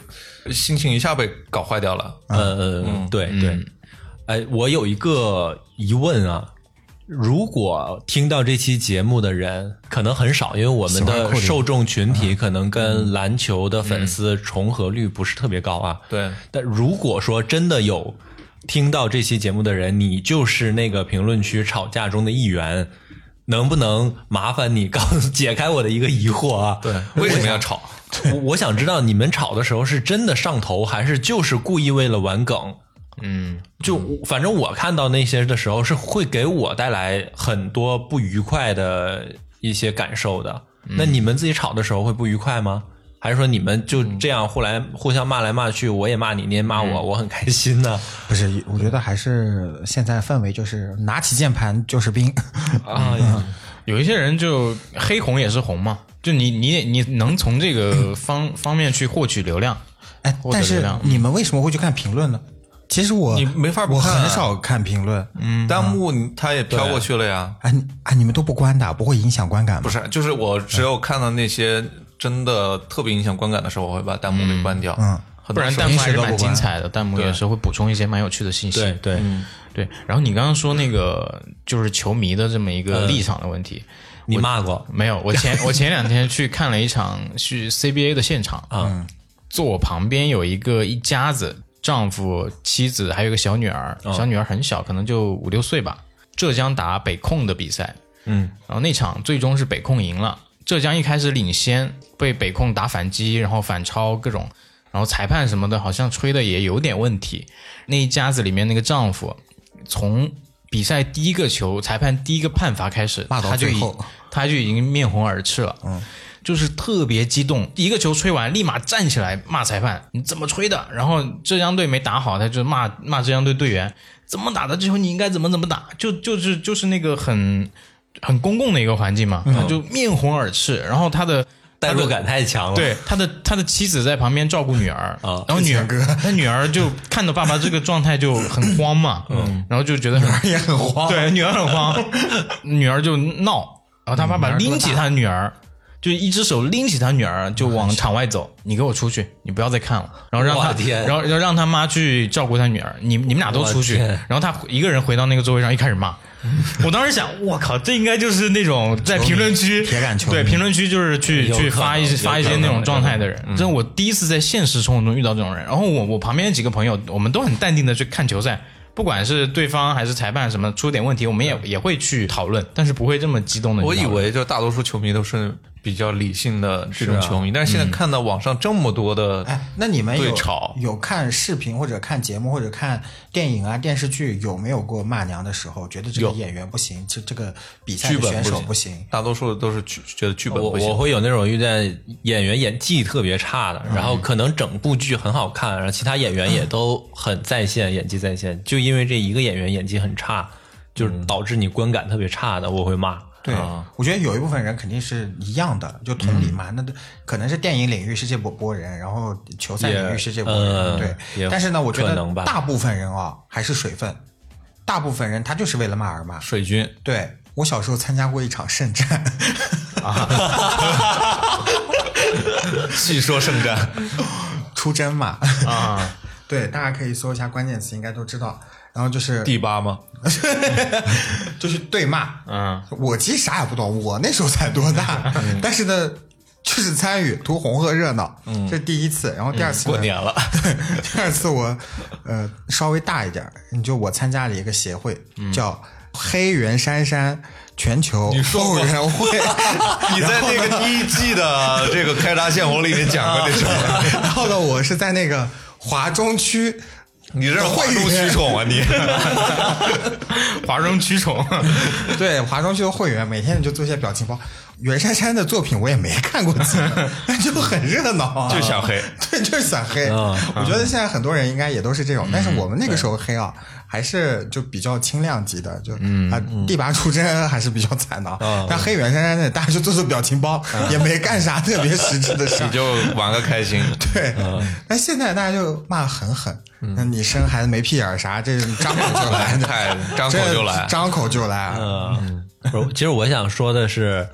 心情一下被搞坏掉了。
呃，对对，哎，我有一个疑问啊，如果听到这期节目的人可能很少，因为我们的受众群体可能跟篮球的粉丝重合率不是特别高啊。
对
但如果说真的有听到这期节目的人，你就是那个评论区吵架中的一员，能不能麻烦你告诉解开我的一个疑惑啊？对，
为什么要吵？
我我想知道你们吵的时候是真的上头，还是就是故意为了玩梗？
嗯，
就我反正我看到那些的时候，是会给我带来很多不愉快的一些感受的。那
嗯
你们自己吵的时候会不愉快吗？还是说你们就
嗯
这样互来互相骂来骂去，我也骂你，你也骂我，我很开心呢？
不是，我觉得还是现在氛围就是拿起键盘就是兵，
哎
啊，呀，
有一些人就黑红也是红嘛，就你你你能从这个方方面去获取流量，
哎，
获得
但
流
是
量
你们为什么会去看评论呢？其实我
你没法不
我
看啊
很少看评论。嗯，
弹幕你它也飘过去了呀。
啊你啊，你们都不关的，不会影响观感吗？
不
是，
是，就是我只有看到那些真的特别影响观感的时候，我会把弹幕给关掉。
嗯，
很
不
多
然
时候
弹幕还是
平时都不
蛮
玩
精彩的，弹幕有时候会补充一些蛮有趣的信 息。
对对，
嗯
对，然后你刚刚说那个就是球迷的这么一个立场的问题，
你骂过
没有，我 前我前两天去看了一场去 CBA 的现场啊，坐我旁边有一个一家子，丈夫、妻子还有个小女儿，
哦
小女儿很小，可能就五六岁吧。浙江打北控的比赛，
嗯，
然后那场最终是北控赢了，浙江一开始领先，被北控打反击，然后反超各种，然后裁判什么的，好像吹的也有点问题。那一家子里面那个丈夫，从比赛第一个球，裁判第一个判罚开始，
骂到
他就
最
已
后
他就已经面红耳赤了，嗯，就是特别激动，一个球吹完，立马站起来骂裁判，你怎么吹的？然后浙江队没打好，他就骂骂浙江队队员，怎么打的这球你应该怎么怎么打，就就是就是那个很很公共的一个环境嘛，他就面红耳赤，然后他的。
代入感太强了。
对，他的他的妻子在旁边照顾女儿
啊
然后女儿他女儿就看到爸爸这个状态就很慌嘛，嗯，然后就觉得很
也很慌。
对，女儿很慌，女儿就闹，然后他爸爸拎起他女儿，就一只手拎起他女儿就往场外走，你给我出去，你不要再看了，然后让
我
他
的，天
然后然后让他妈去照顾他女儿，你你们俩都出去，
我的天
然后他一个人回到那个座位上，一开始骂。我当时想，我靠，这应该就是那种在评论区
铁杆球迷
对评论区就是去
有可能
去发一些
有可能嗯
发一些那种状态的人，这是我第一次在现实生活中遇到这种人。然后我我旁边几个朋友，我们都很淡定的去看球赛，不管是对方还是裁判什么出点问题，我们也也会去讨论，但是不会这么激动的。
我以为就大多数球迷都是比较理性的这种
是啊
球迷，但是嗯现在看到网上这么多的，
哎，那你们有
对吵
有看视频或者看节目或者看电影啊电视剧，有没有过骂娘的时候？觉得这个演员不行，这这个比赛
剧
的
本
选手
不
不行。
大多数都是剧觉得剧本
我
不行
我。会有那种遇见演员演技特别差的，然后可能整部剧很好看，然后其他演员也都很在线，演技在线，就因为这一个演员演技很差，就是导致你观感特别差的，我会骂。
对，我觉得有一部分人肯定是一样的，就同理嘛。那都可能是电影领域是这波波人，然后球赛领域是这波人，
也呃
对
也。
但是呢，我觉
可
得
能吧
大部分人啊、还是水分，大部分人他就是为了骂而骂。
水军，
对我小时候参加过一场圣战，
细说圣战，
出征嘛，
啊，
对，大家可以搜一下关键词，应该都知道。然后就是
第八吗？
就是对骂，
嗯，
我其实啥也不懂，我那时候才多大，
嗯
但是呢，就是参与图红和热闹，
嗯
这是第一次。然后第二次呢
过年了，
第二次我呃稍微大一点儿，你就我参加了一个协会，
嗯
叫黑原杉杉全球后援 会。
你在那个第一季的这个开闸限活里面讲过这事儿，
然后呢，我是在那个华中区，
你这是哗众取宠啊你！
哗众 取宠，
对华中区的会员，每天就做一些表情包。袁姗姗的作品我也没看过几 个，但就很热闹、啊，
就想黑 嗯
对，就是想黑。我觉得现在很多人应该也都是这种，但是我们那个时候黑啊，还是就比较轻量级的，就
嗯
啊，第八出征还是比较惨的啊。但黑袁姗姗那大家就做做表情包，也没干啥特别实质的事儿
嗯 你。就嗯玩个开心。
对，但现在大家就骂很狠，那你生孩子没屁眼儿啥，这张口就来，
太嗯 张口就来
这张口就来。
嗯，不是其实我想说的是，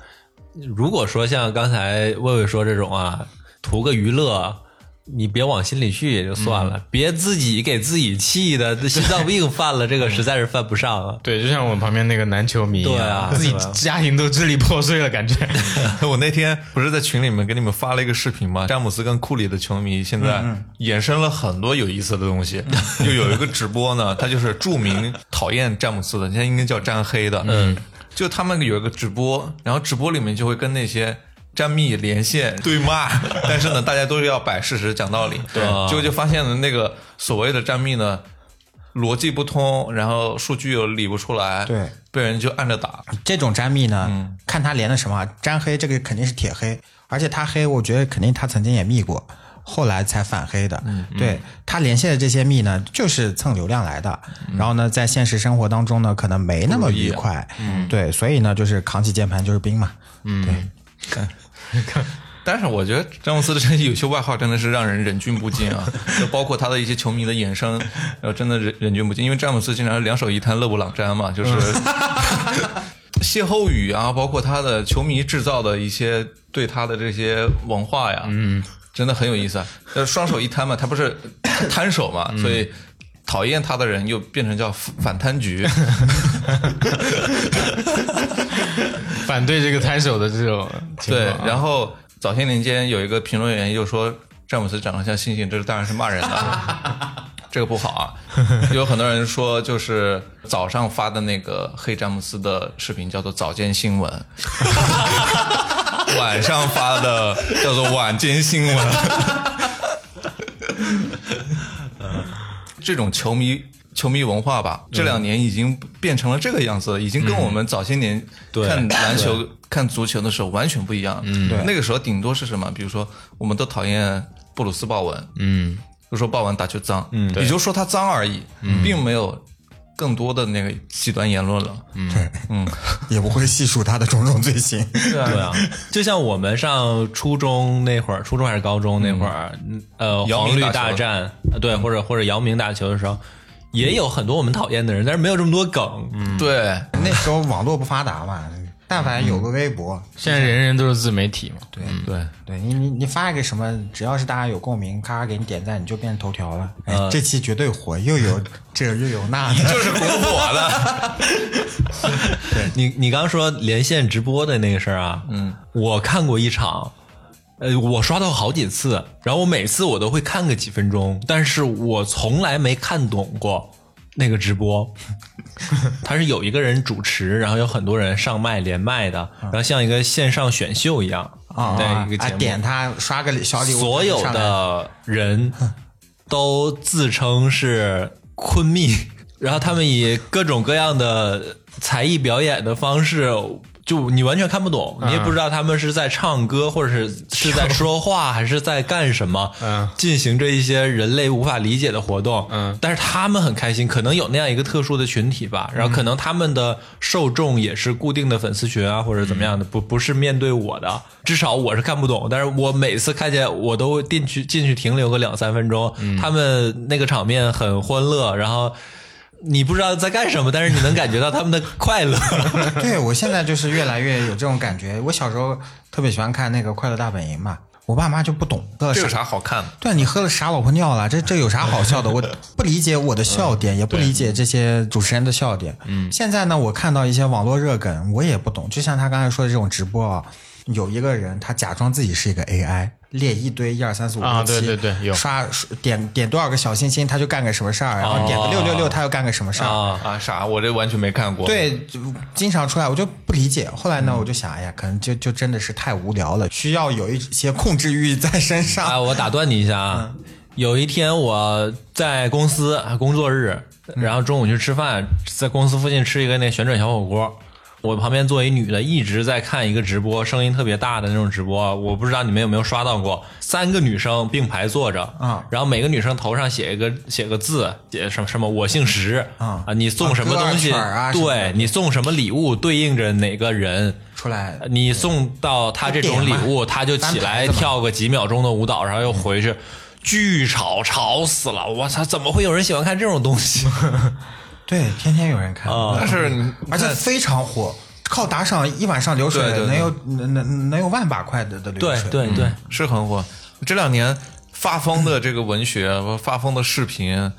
如果说像刚才魏魏说这种啊，图个娱乐。你别往心里去也就算了，别自己给自己气的，这心脏病犯了，这个实在是犯不上啊。
对，就像我旁边那个男球迷一样，
对啊
自己
对啊
家庭都支离破碎了，感觉
我那天不是在群里面给你们发了一个视频吗？詹姆斯跟库里的球迷现在衍生了很多有意思的东西。 就有一个直播呢，他就是著名讨厌詹姆斯的，现在应该叫詹黑的，嗯，就他们有一个直播，然后直播里面就会跟那些。詹密连线 对骂，但是呢，大家都是要摆事实、讲道理。对，啊结果就发现了那个所谓的詹密呢，逻辑不通，然后数据又理不出来，
对，
被人就按着打。
这种詹密呢，看他连的什么詹黑，这个肯定是铁黑，而且他黑，我觉得肯定他曾经也密过，后来才反黑的。对他连线的这些密呢，就是蹭流量来的。然后呢，在现实生活当中呢，可能没那么愉快。对，所以呢，就是扛起键盘就是兵嘛。
但是我觉得詹姆斯的这些有些外号真的是让人忍俊不禁啊，就包括他的一些球迷的衍生，呃，真的忍忍俊不禁，因为詹姆斯经常两手一摊勒布朗詹嘛，就是歇后语啊，包括他的球迷制造的一些对他的这些文化呀，嗯，真的很有意思啊。呃，双手一摊嘛，他不是 摊手嘛，所以。讨厌他的人又变成叫反贪局，
反对这个摊手的这种情
对
况，啊
然后早些年间有一个评论员又说詹姆斯长得像猩猩，这当然是骂人的， 这个不好啊。有很多人说，就是早上发的那个黑詹姆斯的视频叫做早间新闻， 晚上发的叫做晚间新闻。这种球迷球迷文化吧，这两年已经变成了这个样子，已经跟我们早些年
对
看篮球、看足球的时候完全不一样。嗯，
对
那个时候顶多是什么？比如说，我们都讨厌布鲁斯鲍文，嗯，就说鲍文打球脏，嗯，也就说他脏而已，并没有更多的那个极端言论了。嗯，
对，嗯，也不会细数他的种种罪行。
对啊，就像我们上初中那会儿，初中还是高中那会儿，呃，
嗯姚
黄
明
绿
打球
大战，呃对，或者或者姚明打球的时候，也有很多我们讨厌的人，但是没有这么多梗。
对，
那时候网络不发达嘛，但凡有个微博，
现在人人都是自媒体嘛，嗯对，
对，
对你你你发一个什么，只要是大家有共鸣，咔咔给你点赞，你就变成头条了。哎，
呃
这期绝对火，又 有这又有那的。
就是拱火了。
你你刚刚说连线直播的那个事儿啊，嗯，我看过一场，呃，我刷到好几次，然后我每次我都会看个几分钟，但是我从来没看懂过那个直播。 他是有一个人主持，然后有很多人上麦连麦的，然后像一个线上选秀一样
啊
对
啊
一个
啊
节！目，
点他刷个小礼物，
所有
上来
的人都自称是昆密，然后他们以各种各样的才艺表演的方式。就你完全看不懂，你也
嗯
不知道他们是在唱歌，或 者是是在说话，还是在干什么，
嗯
进行着一些人类无法理解的活动，
嗯
但是他们很开心，可能有那样一个特殊的群体吧，
嗯
然后可能他们的受众也是固定的粉丝群啊，或者怎么
嗯
样的，不不是面对我的，至少我是看不懂。但是我每次看见我都进去进去停留个两三分钟，
嗯
他们那个场面很欢乐，然后你不知道在干什么，但是你能感觉到他们的快乐。
对我现在就是越来越有这种感觉。我小时候特别喜欢看那个《快乐大本营》嘛，我爸妈就不懂，喝了
这有
啥？
啥好看 的？
对你喝了啥老婆尿了？这这有啥好笑的？我不理解我的
嗯
笑点，也不理解这些主持人的笑点。嗯，现在呢，我看到一些网络热梗，我也不懂。就像他刚才说的这种直播啊，有一个人他假装自己是一个 AI。列一堆一二三四五
啊
六七，
对对对有哦
刷点点多少个小心心，他就干个什么事儿，然后点个六六六，他又干个什么事儿，
啊啊啥？我这完全没看过。，
对，就经常出来，我就不理解。后来呢，我就想，哎呀，可能就就真的是太无聊了，需要有一些控制欲在身上。嗯
啊，我打断你一下啊。有一天我在公司啊工作日，
嗯
然后中午去吃饭，在公司附近吃一个那旋转小火锅。我旁边坐一女的，一直在看一个直播，声音特别大的那种直播。啊我不知道你们有没有刷到过，三个女生并排坐着
啊
然后每个女生头上写一个写个字，写什么什么我姓石
啊
你送什么
啊歌啊
东西，
曲儿啊什么的
对你送什么礼物对应着哪个人，
出来
你送到他这种礼物，他就起来跳个几秒钟的舞蹈，然后又回去，巨吵，吵死了！我操，怎么会有人喜欢看这种东 西？
对，天天有人看，
但是你
而且非常火，靠打赏一晚上流水
对对对
能有能能能有万把块的的流
对
水。
对
嗯
对，
是很火。这两年发疯的这个文学，发疯的视频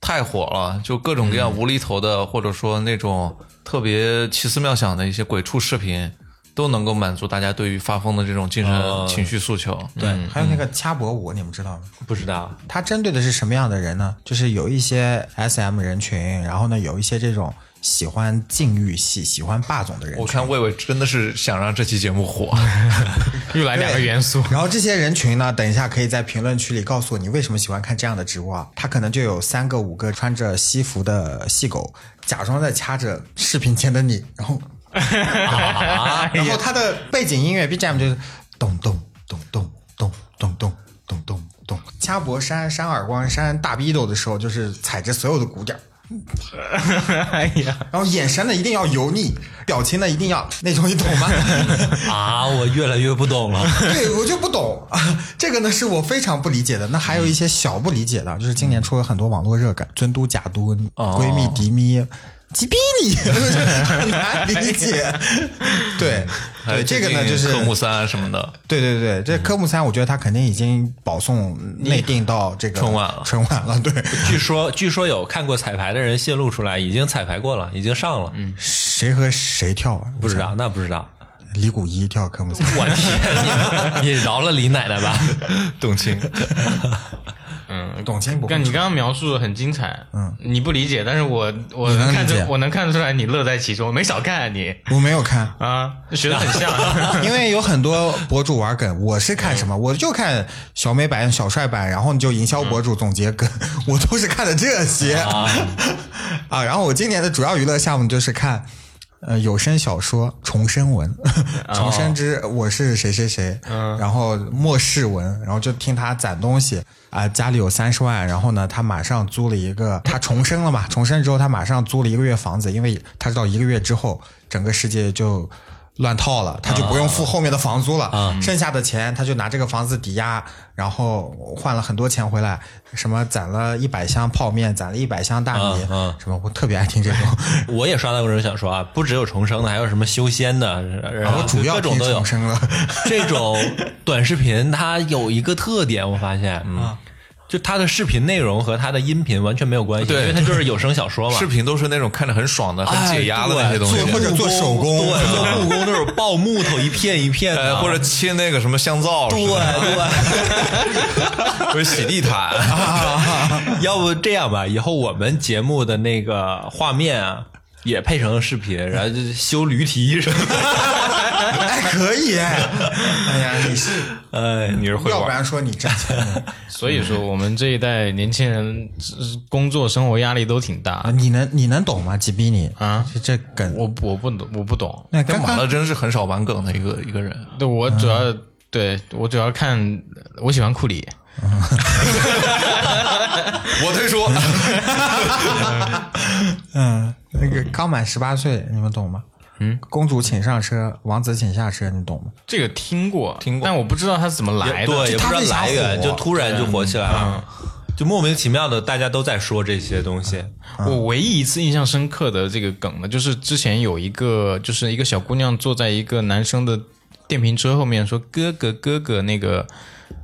太火了，就各种各样无厘头的，或者说那种特别奇思妙想的一些鬼畜视频，都能够满足大家对于发疯的这种精
呃
神情绪诉求。
对，嗯还有那个掐脖舞，你们知道吗？
不知道，
它针对的是什么样的人呢？就是有一些 S M 人群，然后呢，有一些这种喜欢禁欲系、喜欢霸总的人
我
群。
看魏魏真的是想让这期节目火，
又来两个元素，
然后这些人群呢，等一下可以在评论区里告诉我你为什么喜欢看这样的直播啊？他可能就有三个、五个穿着西服的细狗，假装在掐着视频前的你， 然后，然后他的背景音乐 BGM 就是咚咚咚咚咚咚咚咚咚咚，掐脖扇、扇耳光、扇大逼斗的时候，就是踩着所有的鼓点儿。
哎呀，
然后眼神呢一定要油腻，表情呢一定要那种，你懂吗？
啊，我越来越不 懂了。
对我就不懂，啊这个呢是我非常不理解的。那还有一些小不理解的，就是今年出了很多网络热梗，尊嘟、假嘟、
哦
闺蜜、迪咪。鸡逼你， 很难理解。对，
还有
对这个呢，就是
哎科目三啊什么的，
对对对，这科目三，我觉得他肯定已经保送内定到这个
春晚了
春晚了，对，
据说，据说有看过彩排的人泄露出来，已经彩排过了，已经上了。嗯，
谁和谁跳啊？
不知
嗯
道，那不知道。
李谷一跳科目三，
我天，你你饶了李奶奶吧？
董卿。
嗯董卿不会
刚你
出
刚刚描述的很精彩，嗯，你不理解，但是我我
你能
看
理解
着我能看得出来你乐在其中，没少看啊你
我没有看，
啊，学的很 像，啊
因为有很多博主玩梗，我是看什么？我就看小美版、小帅版，然后你就营销博主总结梗， 我都是看的这些 啊然后我今年的主要娱乐项目就是看。呃，有声小说重生文， 重生之我是谁谁谁，然后末世文，然后就听他攒东西啊、家里有三十万，然后呢，他马上租了一个，他重生了嘛，重生之后他马上租了一个月房子，因为他知道一个月之后整个世界就乱套了，他就不用付后面的房租了，
啊嗯
剩下的钱他就拿这个房子抵押，然后换了很多钱回来，什么攒了一百箱泡面，攒了一百箱大米，
嗯啊
什么我特别爱听这种，
我也刷到过这种小说啊，不只有重生的，还有什么修仙的，然
然后
啊
后
主要
各
听
种都有
重。生了。
这种短视频它有一个特点，我发现，
啊
嗯，就它的视频内容和它的音频完全没有关系，
对
因为它就是有声小说嘛
视。频都是那种看着很爽的、很解压的那些东西，
对或者做手工
对，啊做木工那种抱木头一片一片
呃
的，
或者切那个什么香皂，
对对，
或者洗地毯，
要不这样吧，以后我们节目的那个画面啊，也配成视频，然后就是修驴蹄什么的。
哎，可以哎！哎呀，你是
哎，
嗯
你是
要不然说你挣钱呢
所以说我们这一代年轻人呃工作生活压力都挺
啊？
大，
你能你能懂吗？几逼你
啊？
这这梗，
我我不懂我不懂，
那
跟
刚
马
刚
乐真是很少玩梗的一个一个人。
对我主要、对我主要看我喜欢库里，
我退出，
嗯，那个刚满十八岁，你们懂吗？嗯，公主请上车，王子请下车，你懂吗？
这个听过
听过
但我不知道它怎么来的，
对，也不知道
他为啥
来源，
火
就突然就火起来了，
嗯
就莫名其妙的大家都在说这些东西。
啊
我唯一一次印象深刻的这个梗呢，就是之前有一个，就是一个小姑娘坐在一个男生的电瓶车后面说：“哥哥，哥哥，那个，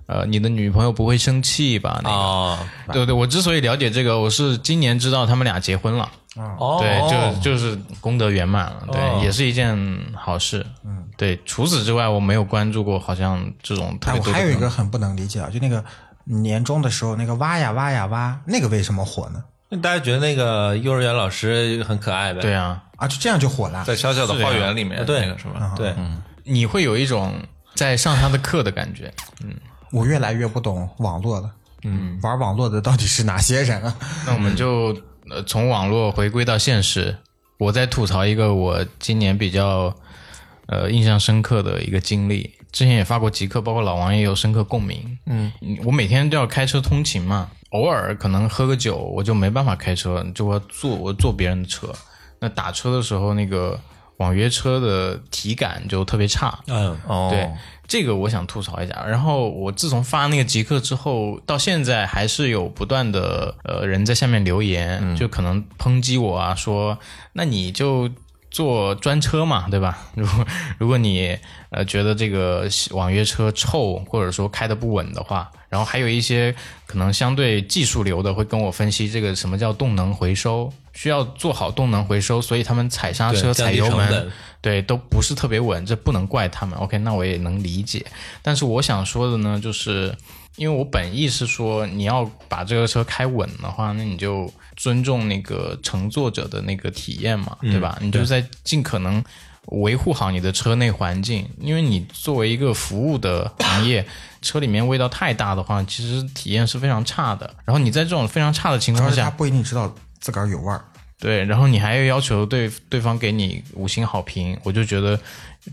呃，你的女朋友不会生气吧？”那个，
啊
哦
对对，我之所以了解这个，我是今年知道他们俩结婚了，
哦
对，就就是功德圆满了，对，
哦
也是一件好事。嗯，对，除此之外，我没有关注过，好像这种特
哎，
别
我
多的
还有一
梗
个很不能理解啊，就那个年终的时候，那个挖呀挖呀挖，那个为什么火呢？
那大家觉得那个幼儿园老师很可爱呗？
对啊，
啊，就这样就火了。
在小小的花园里面，
对
那个嗯什么，
对，
你会有一种在上他的课的感觉。
我越来越不懂网络了。嗯，玩网络的到底是哪些人啊？
那我们就呃从网络回归到现实，我再吐槽一个我今年比较呃印象深刻的一个经历。之前也发过极客，包括老王也有深刻共鸣。嗯，我每天都要开车通勤嘛，偶尔可能喝个酒，我就没办法开车，就我要坐我坐别人的车。那打车的时候，那个网约车的体感就特别差。
嗯，
哦，
对，这个我想吐槽一下。然后我自从发那个极客之后，到现在还是有不断的呃人在下面留言，
嗯
就可能抨击我啊，说那你就。坐专车嘛，对吧？ 如果如果你呃觉得这个网约车臭，或者说开的不稳的话，然后还有一些可能相对技术流的会跟我分析这个什么叫动能回收，需要做好动能回收，所以他们踩刹
对
车、
降
踩
低
油
成
门
本，
对，都不是特别稳，这不能怪他们。OK，那我也能理解。但是我想说的呢，就是因为我本意是说，你要把这个车开稳的话，那你就尊重那个乘坐者的那个体验嘛，对吧？你就在尽可能维护好你的车内环境，因为你作为一个服务的行业，车里面味道太大的话，其实体验是非常差的。然后你在这种非常差的情
主要
况
是
下
他，不一定知道自个儿有味儿。
对，然后你还要要求对对方给你五星好评，我就觉得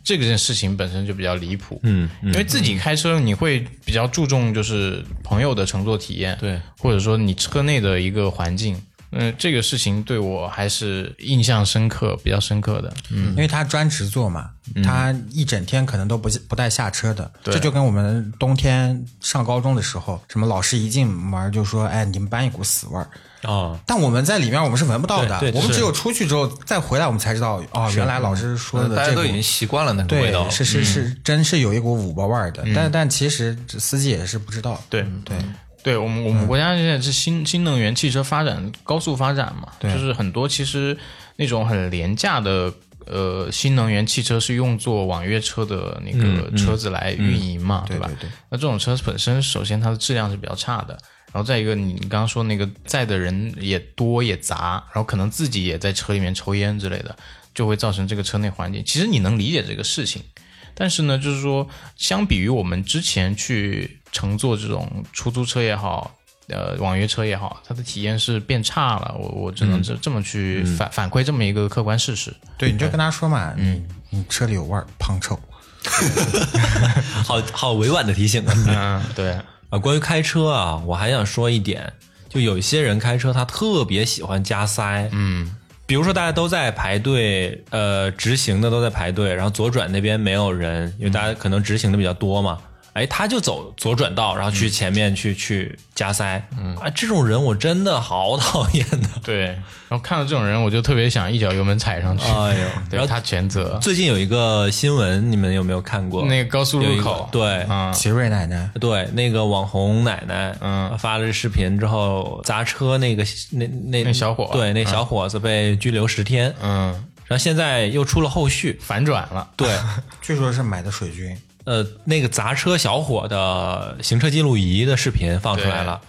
这个件事情本身就比较离谱。嗯，因为自己开车你会比较注重就是朋友的乘坐体验，
对，
或者说你车内的一个环境。嗯、这个事情对我还是印象深刻，比较深刻的。嗯，
因为他专职做嘛，他一整天可能都不不带下车的。这就跟我们冬天上高中的时候，什么老师一进门就说：“哎，你们班一股死味儿。”
哦，
但我们在里面我们是闻不到的
对，对
我们
是
只有出去之后再回来，我们才知道哦，原来老师说
嗯
的
大家
这股
都已经习惯了那个味道
对，。是是是，真是有一股五包味儿的。但但其实这司机也是不知道。
对
对，
嗯
嗯
对我们我们国家现在是新新能源汽车发展高速发展嘛，就是很多其实那种很廉价的呃新能源汽车是用作网约车的那个车子来运营嘛，对吧？
嗯对对
那这种车本身首先它的质量是比较差的。然后再一个，你你刚刚说那个载的人也多也杂，然后可能自己也在车里面抽烟之类的，就会造成这个车内环境。其实你能理解这个事情，但是呢，就是说，相比于我们之前去乘坐这种出租车也好，呃，网约车也好，它的体验是变差了。我我
嗯
只能这这么去反、反馈这么一个客观事实。
对，你就跟他说嘛，你你车里有味儿，胖臭。
好好委婉的提醒啊。
嗯，对，
啊，关于开车啊，我还想说一点，就有一些人开车他特别喜欢加塞，嗯，比如说大家都在排队，呃，直行的都在排队，然后左转那边没有人，因为大家可能直行的比较多嘛，哎，他就走左转道，然后
嗯
去前面去、去加塞，啊，这种人我真的好 讨厌的。
对。然后看到这种人，我就特别想一脚油门踩上去。
哎呦然
对
后
他全责。
最近有一个新闻，你们有没有看过？
那个高速
有一
入
个
口，
对，
啊，
奇瑞奶奶，
对，那个网红奶奶，
嗯
发了视频之后砸车那个那那
那小伙
对，那小伙子被拘留十天，
嗯，
然后现在又出了后续，
反转了。
对，
据说是买的水军。
呃，那个砸车小伙的行车记录仪的视频放出来了，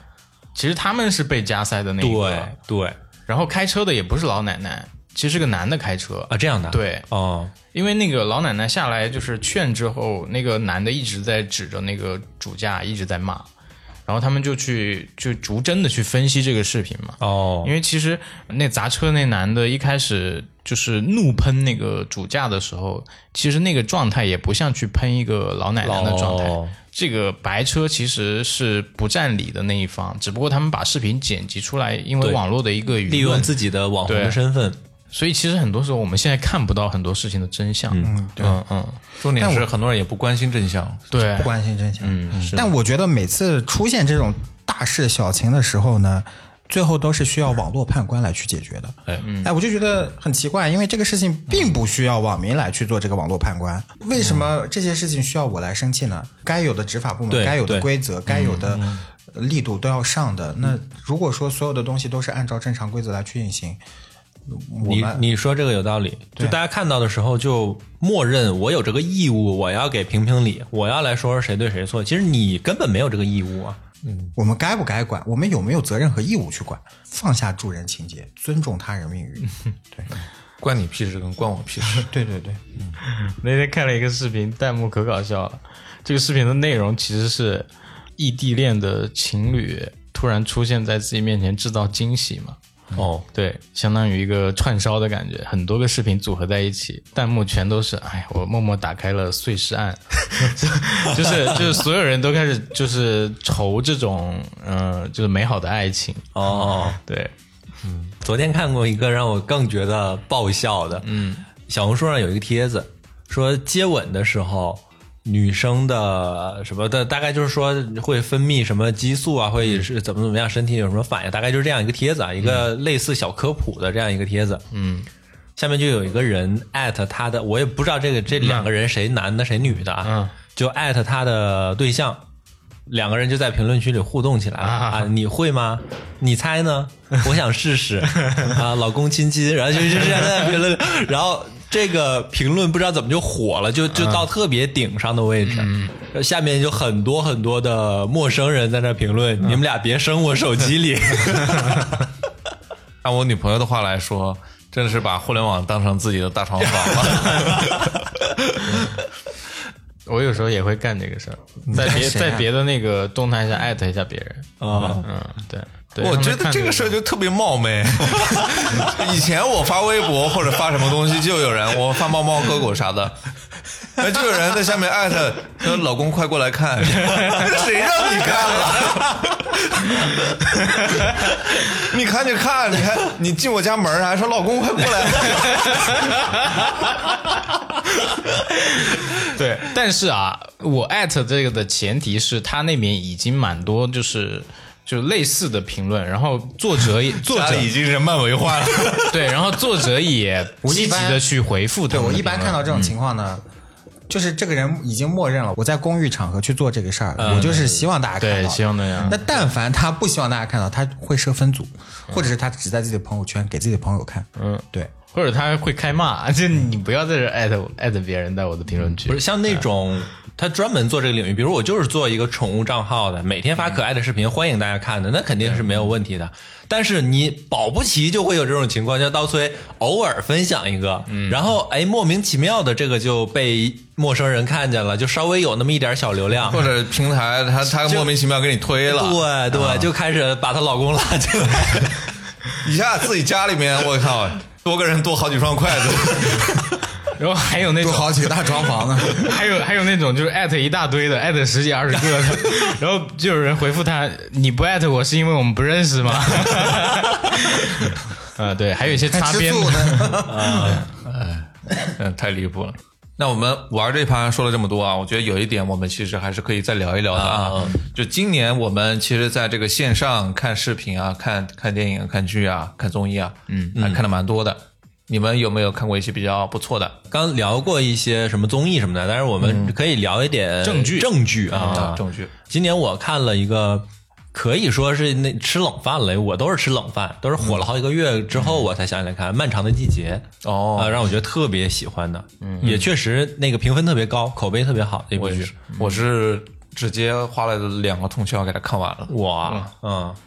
其实他们是被加塞的那一
对
个，
对
然后开车的也不是老奶奶，其实是个男的开车
啊，这样的，
对，
哦，
因为那个老奶奶下来就是劝之后，那个男的一直在指着那个主驾一直在骂，然后他们就去就逐帧的去分析这个视频嘛。
哦，
因为其实那砸车那男的一开始就是怒喷那个主驾的时候，其实那个状态也不像去喷一个老奶奶的状态。
哦
这个白车其实是不占理的那一方，只不过他们把视频剪辑出来，因为
对
网络的一个舆
利用
论
自己的网红的
对
身份，
所以其实很多时候我们现在看不到很多事情的真相。嗯，对，嗯，
重点是很多人也不关心真相。
对
不，关心真相。
嗯
但我觉得每次出现这种大事小情的时候呢，最后都是需要网络判官来去解决的。哎，
嗯
我就觉得很奇怪，因为这个事情并不需要网民来去做这个网络判官，为什么这些事情需要我来生气呢？该有的执法部
嗯对
门、该有
对嗯
的规则、该有的力度都要上的。那如果说所有的东西都是按照正常规则来去运行，我
你
们
你说这个有道理，就大家看到的时候就默认我有这个义务，我要给评评理，我要来说说谁对谁错。其实你根本没有这个义务啊。
我们该不该管？我们有没有责任和义务去管？放下助人情节，尊重他人命 运。对。
关你屁事，跟关我屁事。
对对对，
那天看了一个视频，弹幕可搞笑了。这个视频的内容其实是异地恋的情侣突然出现在自己面前，制造惊喜嘛。
哦，
对，相当于一个串烧的感觉，很多个视频组合在一起，弹幕全都是“哎，我默默打开了碎尸案”， 就是就是所有人都开始就是愁这种嗯、呃就是美好的爱情。
哦，
对，
昨天看过一个让我更觉得爆笑的，嗯，小红书上有一个帖子说接吻的时候。女生的什么的，大概就是说会分泌什么激素啊，会是怎么怎么样，身体有什么反应，大概就是这样一个帖子啊，一个类似小科普的这样一个帖子。嗯，下面就有一个人艾特他的，我也不知道这个这两个人谁男的谁女的啊，就艾特他的对象，两个人就在评论区里互动起来了啊你会吗？你猜呢？我想试试啊，老公亲亲，然后就就这样在评论，然后。 这个评论不知道怎么就火了，就就到特别顶上的位置，下面就很多很多的陌生人在那评论，你们俩别生我手机里。
按我女朋友的话来说，真的是把互联网当成自己的大床房了。
我有时候也会干这个事儿，
嗯
在
干
别
谁啊
在别的那个动态下艾特一下别人。
啊
嗯，对，对
我觉得这个
事。
事儿就特别冒昧。以前我发微博或者发什么东西，就有人我发猫猫狗狗啥的，那就有人在下面艾特说：“老公快过来看，谁让你看了？ 你看就看，你还你进我家门儿还说老公快过来。”
对，但是啊，我艾特这个的前提是他那边已经蛮多就是就类似的评论，然后作者也作
家
者
里已经人满为患了。
对，然后作者也
我
积
一
极
般
的去回复他
对
们
我
的
一般
评
看
论
到这种情况
嗯
呢，就是这个人已经默认了我在公寓场合去做这个事儿，我就是希望大家看
嗯对，
到。
希望那样
那。但凡他不希望大家看到，他会设分组，
嗯
或者是他只在自己的朋友圈给自己的朋友看。嗯，对，
或者他会开骂，就你不要在这艾特我艾特别人在我的评论区
嗯
不是。像那
哎
种他专门做这个领域，比如我就是做一个宠物账号的，每天发可爱的视频，欢迎大家看的，那肯定是没有问
嗯
题的。但是你保不齐就会有这种情况，叫刀崔偶尔分享一个，
嗯
然后哎莫名其妙的这个就被陌生人看见了，就稍微有那么一点小 流量。
或者平台他他莫名其妙给你推了，啊
对对，就开始把她老公拉 进来，
一下自己家里面，我靠，多个人多好几双筷子，
然后还有那
有
种，
好几个大床房呢。
还有还有那种就是艾特一大堆的，艾特十几二十个的，然后就有人回复他：“你不艾特我是因为我们不认识吗？” 啊，对，还有一些擦
吃
边
醋
的。
呢？
嗯，太离谱了。那我们玩这盘说了这么多啊，我觉得有一点我们其实还是可以再聊一聊的啊。就今年我们其实在这个线上看视频啊、看看电影、看剧啊、看综艺啊，嗯，还看的蛮多的。你们有没有看过一些比较不错的？嗯
刚聊过一些什么综艺什么的，但是我们可以聊一点
证据
证据啊
啊，，证据
今年我看了一个，可以说是那吃冷饭了，我都是吃冷饭，都是火了好几个月之后我才想起来看《漫长的季节》
哦嗯
啊，让我觉得特别喜欢的，也确实那个评分特别高，口碑特别好的一部
我
剧
是。嗯我是直接花了两个通宵给他看完了。
哇，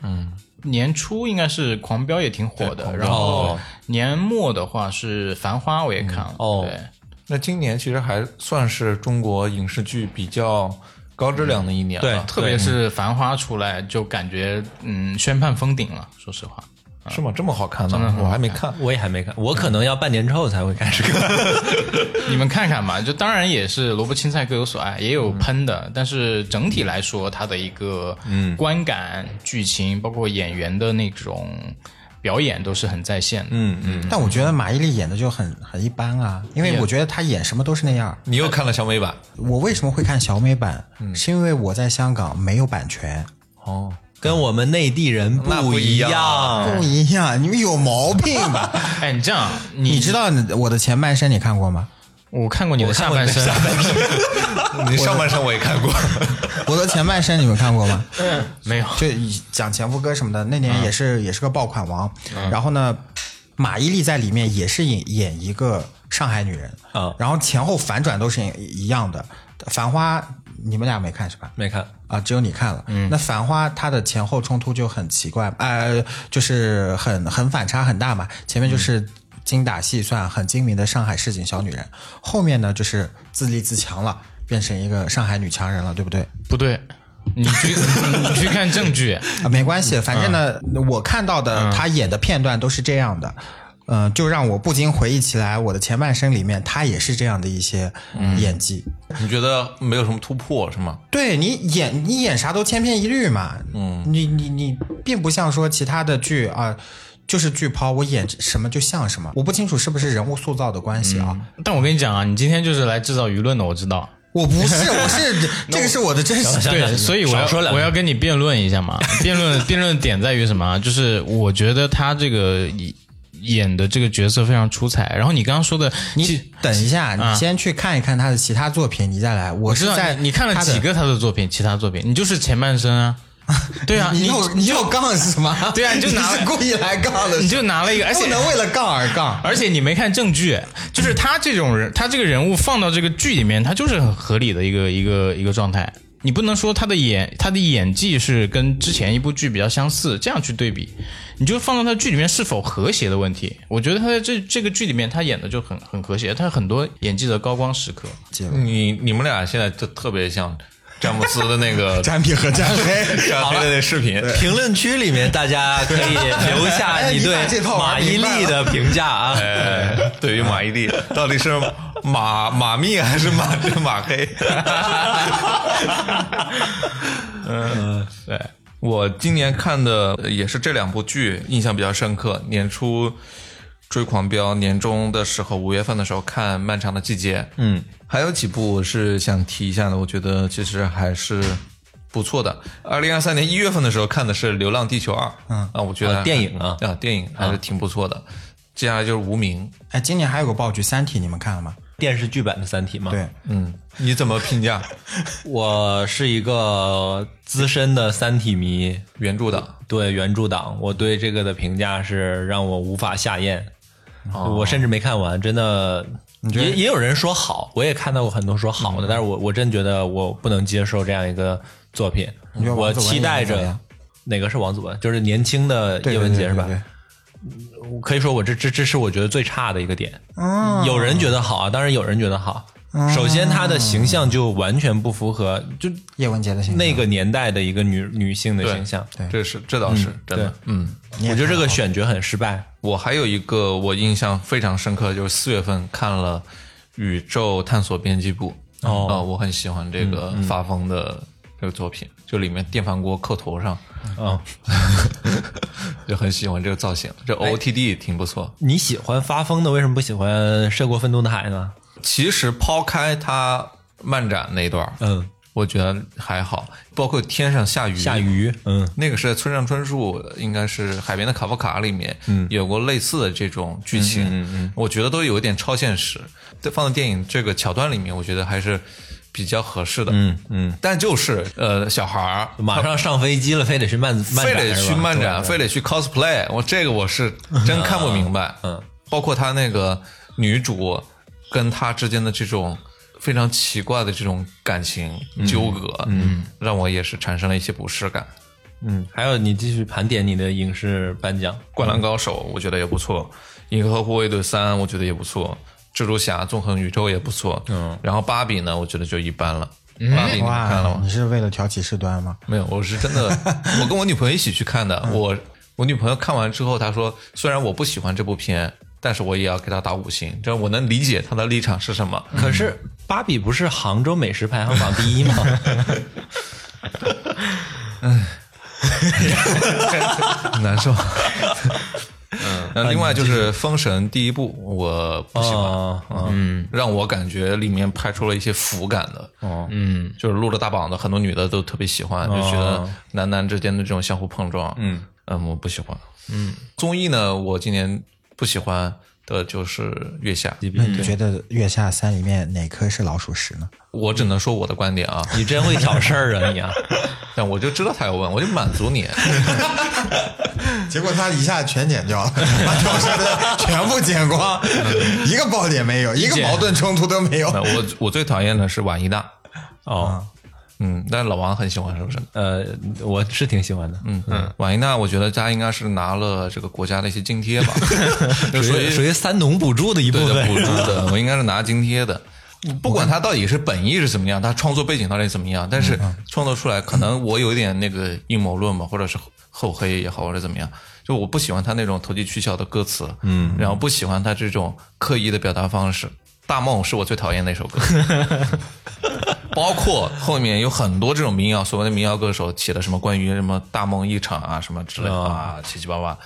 嗯，
年初应该是《狂飙》也挺火的，然后年末的话是《繁花》，我也看了。
哦
对
那今年其实还算是中国影视剧比较高质量的一年啊了，
特别是《繁花》出来，就感觉嗯宣判封顶了。说实话，
是吗？这么好看呢？我还没看。
我也还没看，我可能要半年之后才会开始
嗯
看。
你们看看吧，就当然也是萝卜青菜各有所爱，也有喷的，但是整体来说，它的一个观感、剧情，包括演员的那种表演，都是很在线的。
嗯嗯，
但我觉得马伊琍演的就很很一般啊，因为我觉得她演什么都是那样。
你又看了小美版？
我为什么会看小美版？
嗯
是因为我在香港没有版权，
哦，
跟我们内地人
那不一
一
样
哦
不一样。你们有毛病吧？
哎，你这样， 你
你知道我的前半生你看过吗？
我看过你的下半身，
你上半身我也看 过。
我的前半生你们看过吗？
没有。
就以讲前夫哥什么的，那年也是、也是个爆款王。然后呢，马伊琍在里面也是演演一个上海女人
啊
然后前后反转都是一一样的。繁花你们俩没看是吧？
没看。
啊，只有你看了。那《繁花》它的前后冲突就很奇怪，呃，就是很很反差很大嘛。前面就是精打细算、很精明的上海市井小女人，后面呢就是自立自强了，变成一个上海女强人了，对不对？
不对，你去 你去看证据，
啊，没关
嗯
系，反正呢，我看到的她演的片段都是这样的。嗯、就让我不禁回忆起来，我的前半生里面，她也是这样的一些
嗯
演技。
你觉得没有什么突破是吗？
对你演你演啥都千篇一律嘛，嗯，你你你并不像说其他的剧啊，就是剧抛我演什么就像什么，我不清楚是不是人物塑造的关系啊，
但我跟你讲啊，你今天就是来制造舆论的，我知道。
我不 是，我是这个是我的真实
想
对，所以我
少说两
要
句
我要跟你辩论一下嘛，辩论辩论点在于什么啊？就是我觉得他这个演的这个角色非常出彩。然后你刚刚说的，
你
其
等一下，你先去看一看他的其他作品，你再来。我
我知
是
道
在
你你看了
他的
几个他的作品，其他作品，你就是前半生啊。对啊，
你
你
又你又杠是什么？
对啊你就拿
你是故意来杠的，
你就拿了一个，而
不
且
能为了杠而杠。
而且你没看证据，就是他这种人，他这个人物放到这个剧里面，他就是很合理的一个一个一个状态。你不能说他的演他的演技是跟之前一部剧比较相似，这样去对比，你就放到他剧里面是否和谐的问题。我觉得他在这这个剧里面，他演的就很很和谐，他很多演技的高光时刻。
你你们俩现在就特别像詹姆斯的那 个
占比和占黑，
好了，那视频，
评论区里面大家可以留 下你对
哎你把这套玩
马伊琍的评价啊。
哎，对于马伊琍，到底是马马密还是马马黑？嗯，对我今年看的呃也是这两部剧，印象比较深刻。年初追《狂飙》，年中的时候，五月份的时候看《漫长的季节》，嗯，还有几部我是想提一下的，我觉得其实还是。不错的，二零二三年一月份的时候看的是《流浪地球二》，嗯啊，我觉得、
啊电影啊
啊，电影还是挺不错的。接下来就是《无名》，
哎，今年还有个爆剧《三体》，你们看了吗？
电视剧版的《三体》嘛，
对，，
嗯，你怎么评价
我是一个资深的《三体》迷，
原著党？
对原著党，我对这个的评价是让我无法下咽。
哦
我甚至没看完，真的。也也有人说好，我也看到过很多说好的，
嗯
但是我我真觉得我不能接受这样一个作品。
觉得
我
王子文
期待
演得怎么
着
样
哪个是王子文，就是年轻的
对
叶文洁是吧？
对对对对
我可以说我这这这是我觉得最差的一个点。有人觉得好啊，当然有人觉得好。首先，她的形象就完全不符合就
叶文洁的形象
那个年代的一个女女性的形象。
对
这是这倒是真的。嗯，
我觉得这个选角很失败。
我还有一个我印象非常深刻，就是四月份看了《宇宙探索编辑部》
哦嗯
啊我很喜欢这个发疯的这个作品，就里面电饭锅扣头上，
嗯，
就很喜欢这个造型。这
哎
OOTD 挺不错。
你喜欢发疯的，为什么不喜欢涉过愤怒的海呢？
其实抛开它漫展那一段，
嗯，
我觉得还好，包括天上下雨，
下雨，嗯，
那个是在村上春树，应该是《海边的卡夫卡》里面，嗯，有过类似的这种剧情，嗯嗯我觉得都有一点超现实，对放在电影这个桥段里面，我觉得还是比较合适的，嗯嗯。但就是呃，小孩儿
马上上飞机了，非得去漫漫
非
展
得去漫展，
是吧
非得去 cosplay，我这个我是真看不明白。 嗯，包括他那个女主跟他之间的这种非常奇怪的这种感情纠葛，嗯，让我也是产生了一些不适感。
嗯，还有你继续盘点你的影视颁奖，
《灌篮高手》我觉得也不错，《银河护卫队三》我觉得也不错，《蜘蛛侠：纵横宇宙》也不错。嗯，然后《芭比》呢，我觉得就一般了。芭比你们看了
哇，
吗？
你是为了挑起事端吗？
没有，我是真的，我跟我女朋友一起去看的。我我女朋友看完之后，她说，虽然我不喜欢这部片，但是我也要给她打五星。这样我能理解她的立场是什么。
可是芭比不是杭州美食排行榜第一吗？
很难受。嗯，那另外就是《封神》第一部，我不喜欢，
啊，
嗯，让我感觉里面拍出了一些腐感的，哦，嗯，就是露着大膀子，很多女的都特别喜欢，就觉得男男之间的这种相互碰撞，嗯嗯，我不喜欢，嗯，综艺呢，我今年不喜欢的就是《月下》，
那你觉得《月下三》里面哪颗是老鼠屎呢？
我只能说我的观点 啊，
你真会挑事儿啊你啊！
但我就知道他要问，我就满足 你，
结果他一下全剪掉了， 把挑事的全部剪光，一个爆点没有，一个矛盾冲突都没有
那嗯我我最讨厌的是婉一娜，
哦，
嗯，但是老王很喜欢，是不是？
呃，我是挺喜欢的，嗯，
嗯，婉一娜，我觉得她应该是拿了这个国家的一些津贴 吧，就
属
属
于
于
属于三农补助的一部
对的，
分
补助的， 我应该是拿津贴的。不管他到底是本意是怎么样，他创作背景到底怎么样，但是创作出来可能我有一点那个阴谋论吧，或者是厚黑也好，或者怎么样，就我不喜欢他那种投机取巧的歌词，嗯，然后不喜欢他这种刻意的表达方式。大梦是我最讨厌的一首 歌，包括后面有很多这种民谣，所谓的民谣歌手写的什么关于什么大梦一场啊什么之类的啊，七七八八，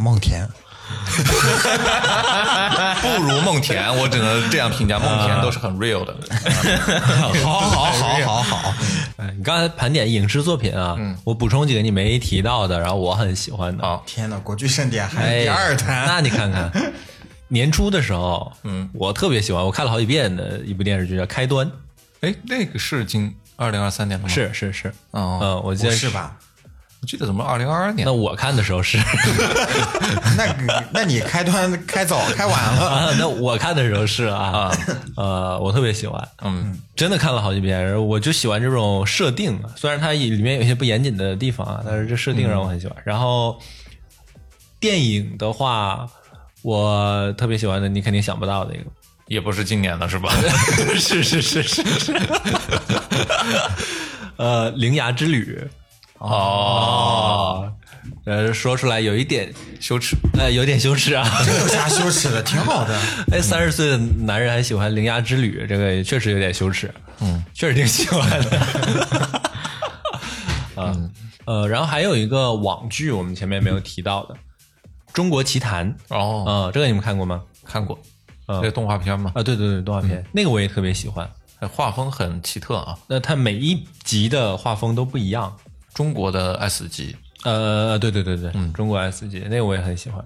梦田，
不如梦田，我只能这样评价，梦田都是很 real 的。
好好好
好好，
哎你刚才盘点影视作品啊，我补充几个你没提到的，然后我很喜欢的。
好
天哪，国剧盛典还
哎，
第二弹，
那你看看，年初的时候，嗯，我特别喜欢，我看了好几遍的一部电视剧叫《开端》，
哎，那个是金二零二三年了吗？
是是是，
哦
嗯，我记
不
得
是？吧？
我记得怎么二零二二年
那？我看的时候是，
那那你开端开早开晚了，
啊，那我看的时候是啊，呃，我特别喜欢，嗯，真的看了好几遍，然后我就喜欢这种设定，啊虽然它里面有一些不严谨的地方啊，但是这设定让我很喜欢。然后电影的话，我特别喜欢的，你肯定想不到的一个，
也不是今年的是 吧？
是是是是是，呃，《铃芽之旅》哦，呃，说出来有一点羞耻，呃，有点羞耻啊。
这有啥羞耻的？挺好的。
哎，三十岁的男人还喜欢《铃芽之旅》，这个也确实有点羞耻。嗯，确实挺喜欢 的。啊、呃，然后还有一个网剧，我们前面没有提到的《中国奇谭》
哦，
啊、这个你们看过吗？
看过，
嗯
这个动画片嘛，
啊，对对对，动画片、那个我也特别喜欢。
画风很奇特啊，
那它每一集的画风都不一样。
中国的 S 级。
呃，对对对对，中国 S 级那个我也很喜欢。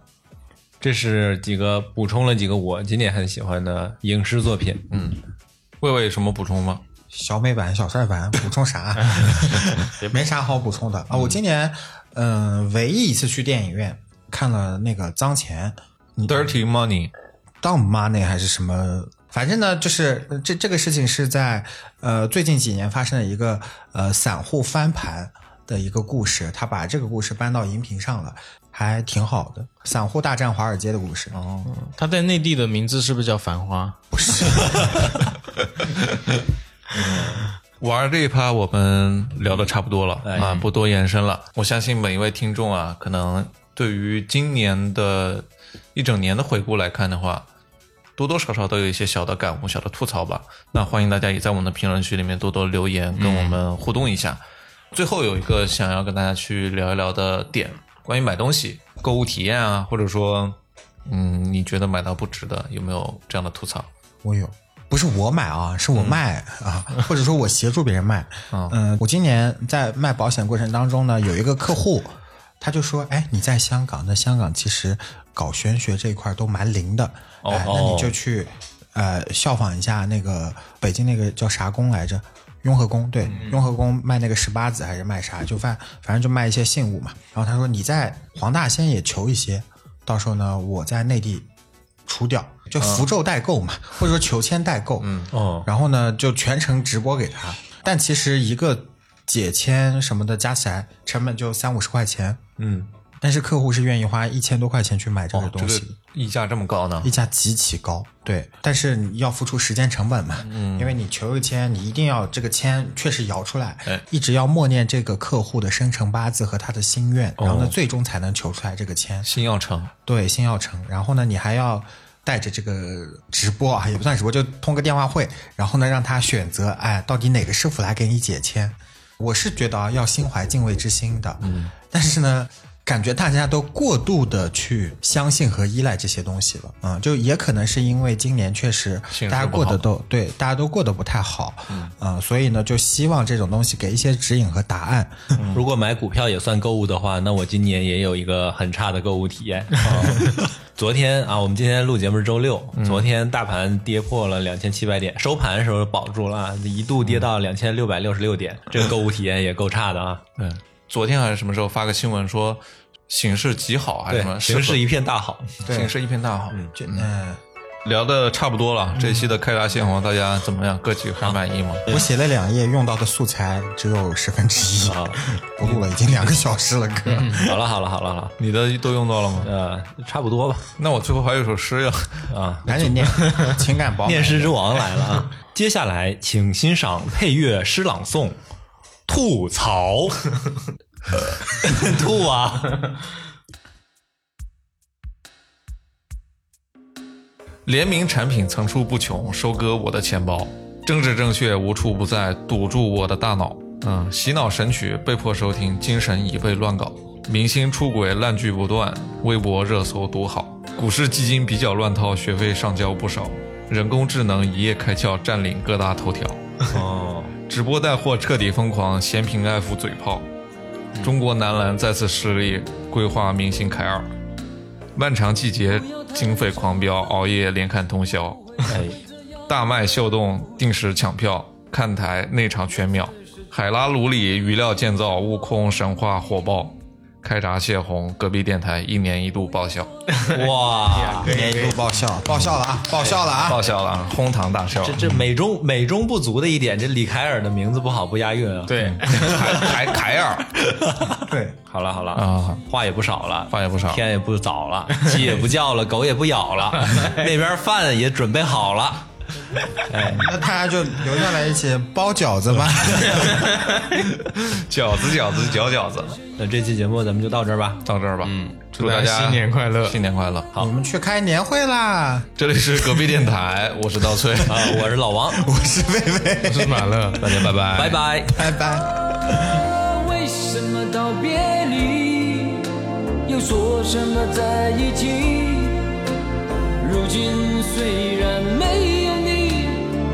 这是几个补充了几个我今年很喜欢的影视作品。嗯，
魏魏有什么补充吗？
小美版、小帅版，补充啥？没啥好补充的啊！我今年嗯、唯一一次去电影院看了那个《脏钱》，
Dirty Money，
当妈那还是什么？反正呢，就是呃这这个事情是在呃最近几年发生的一个呃散户翻盘的一个故事，他把这个故事搬到荧屏上了，还挺好的。散户大战华尔街的故事，哦，
他在内地的名字是不是叫《繁花》？
玩这一趴我们聊的差不多了
哎
啊，不多延伸了。我相信每一位听众啊，可能对于今年的一整年的回顾来看的话，多多少少都有一些小的感悟、小的吐槽吧。那欢迎大家也在我们的评论区里面多多留言，跟我们互动一下。最后有一个想要跟大家去聊一聊的点，关于买东西、购物体验啊，或者说，嗯，你觉得买到不值的，有没有这样的吐槽？
我有，不是我买啊，是我卖、啊，或者说我协助别人卖。嗯、我今年在卖保险过程当中呢，有一个客户，他就说：“哎，你在香港，那香港其实搞玄学这一块都蛮灵的，
哦
哎，那你
哦
就去呃效仿一下那个北京那个叫啥宫来着？”雍和宫对，雍和宫卖那个十八子还是卖啥？就反反正就卖一些信物嘛。然后他说你在黄大仙也求一些，到时候呢我在内地除掉，就符咒代购嘛，或者说求签代购。嗯，
哦，
然后呢就全程直播给他，但其实一个解签什么的加起来成本就三五十块钱，
嗯，
但是客户是愿意花一千多块钱去买这个
哦，这
东
个
西。
溢价这么高呢？
溢价极其高，对，但是你要付出时间成本嘛，嗯，因为你求个签，你一定要这个签确实摇出来，
哎
一直要默念这个客户的生辰八字和他的心愿，然后呢，最终才能求出来这个签。
新药城，
对，新药城。然后呢，你还要带着这个直播啊，也不算直播，就通个电话会，然后呢，让他选择，哎，到底哪个师傅来给你解签？我是觉得啊，要心怀敬畏之心的，嗯，但是呢。感觉大家都过度的去相信和依赖这些东西了，嗯，就也可能是因为今年确实
形势
大家过
不好
得都对，大家都过得不太好，嗯、所以呢，就希望这种东西给一些指引和答案，
如果买股票也算购物的话，那我今年也有一个很差的购物体验。 昨天啊，我们今天录节目是周六，昨天大盘跌破了两千七百点，收盘的时候保住了啊，一度跌到两千六百六十六点，这个购物体验也够差的啊。
对，昨天还是什么时候发个新闻说形势极好还是
对
什，么？
形势一片大好。
对
形势一片大好。
就嗯。
聊的差不多了，这期的开闸蟹黄大家怎么样？各几个还满意吗？
我写了两页，用到的素材只有十分之一
啊。
我录了已经两个小时了，哥。
好了好了好了好了，
你的都用到了吗？
呃，差不多吧
那我最后还有一首诗呀，
啊。
赶紧念 情感饱满。
念诗之王来了啊！接下来请欣赏配乐诗朗诵《吐槽》， 吐啊！
联名产品层出不穷，收割我的钱包，政治正确无处不在，堵住我的大脑。嗯，洗脑神曲被迫收听，精神已被乱搞。明星出轨烂剧不断，微博热搜独好。股市基金比较乱套，学费上交不少。人工智能一夜开窍，占领各大头条。
哦，
直播带货彻底疯狂，嫌贫爱富嘴炮。中国男篮再次失利，规划明星凯尔。漫长季节，经费狂飙，熬夜连看通宵。
哎，
大麦秀动定时抢票，看台内场全秒。海拉鲁里鱼料建造，悟空神话火爆。开闸泄洪，隔壁电台一年一度爆笑，
哇，
一年一度爆笑，爆笑了啊，爆笑了啊！
爆笑了，哄堂大笑
这。这美中美中不足的一点，这李凯尔的名字不好不押韵 啊。，
对，
凯凯凯尔
对，
好了好了
啊，
话也不少了，
话也不少
天也不早 了，鸡也不叫了，狗也不咬了，那边饭也准备好了。
那大家就留下来一起包饺子吧。
饺子饺子饺饺子，
那这期节目咱们就到这儿吧。
到这儿吧。嗯，祝
大
大
家
家
新年快乐
新年快乐！
我们去开年会啦！
这里是隔壁电台，我是稻 穗，
啊，我是老 王，
我是魏魏，
是满乐。
大家拜拜，
拜拜。
拜拜。
为什么道别离，又说什么在一起？如今虽然没有你，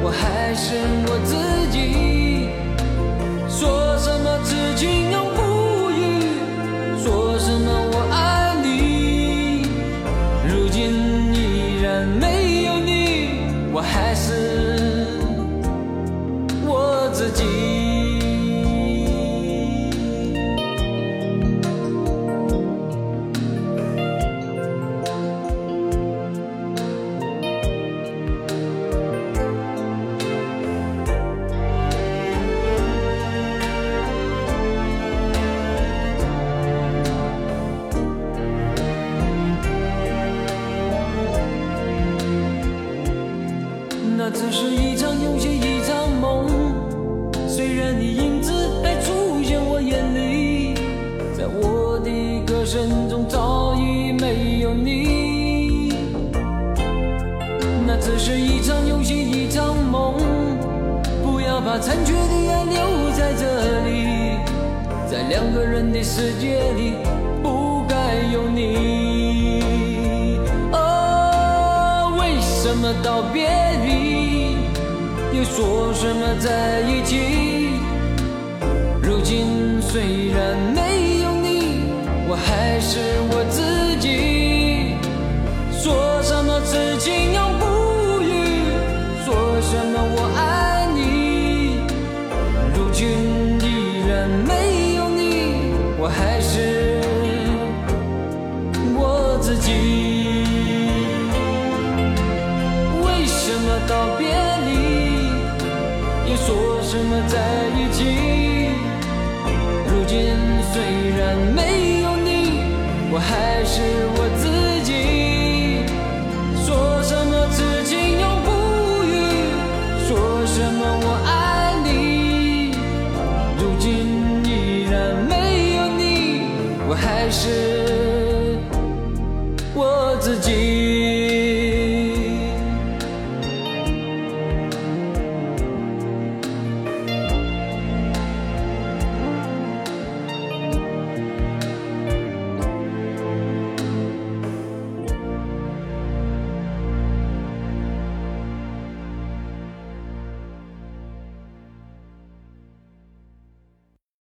我还是我自己。说什么痴情永不渝，说什么我爱你，如今依然没有你，我还是我自己。那只是一场游戏，一场梦。虽然你影子还出现我眼里，在我的歌声中早已没有你。那只是一场游戏，一场梦。不要把残缺的爱留在这里，在两个人的世界里，不该有你。哦，为什么道别离，又说什么在一起？如今虽然没有你，我还是我自己。说什么痴情永不渝，说什么我爱你，如今依然没有你，我还是我自己。为什么道别离，又说什么在一起？如今虽然没有你，我还是我自己。说什么痴情永不渝，说什么我爱。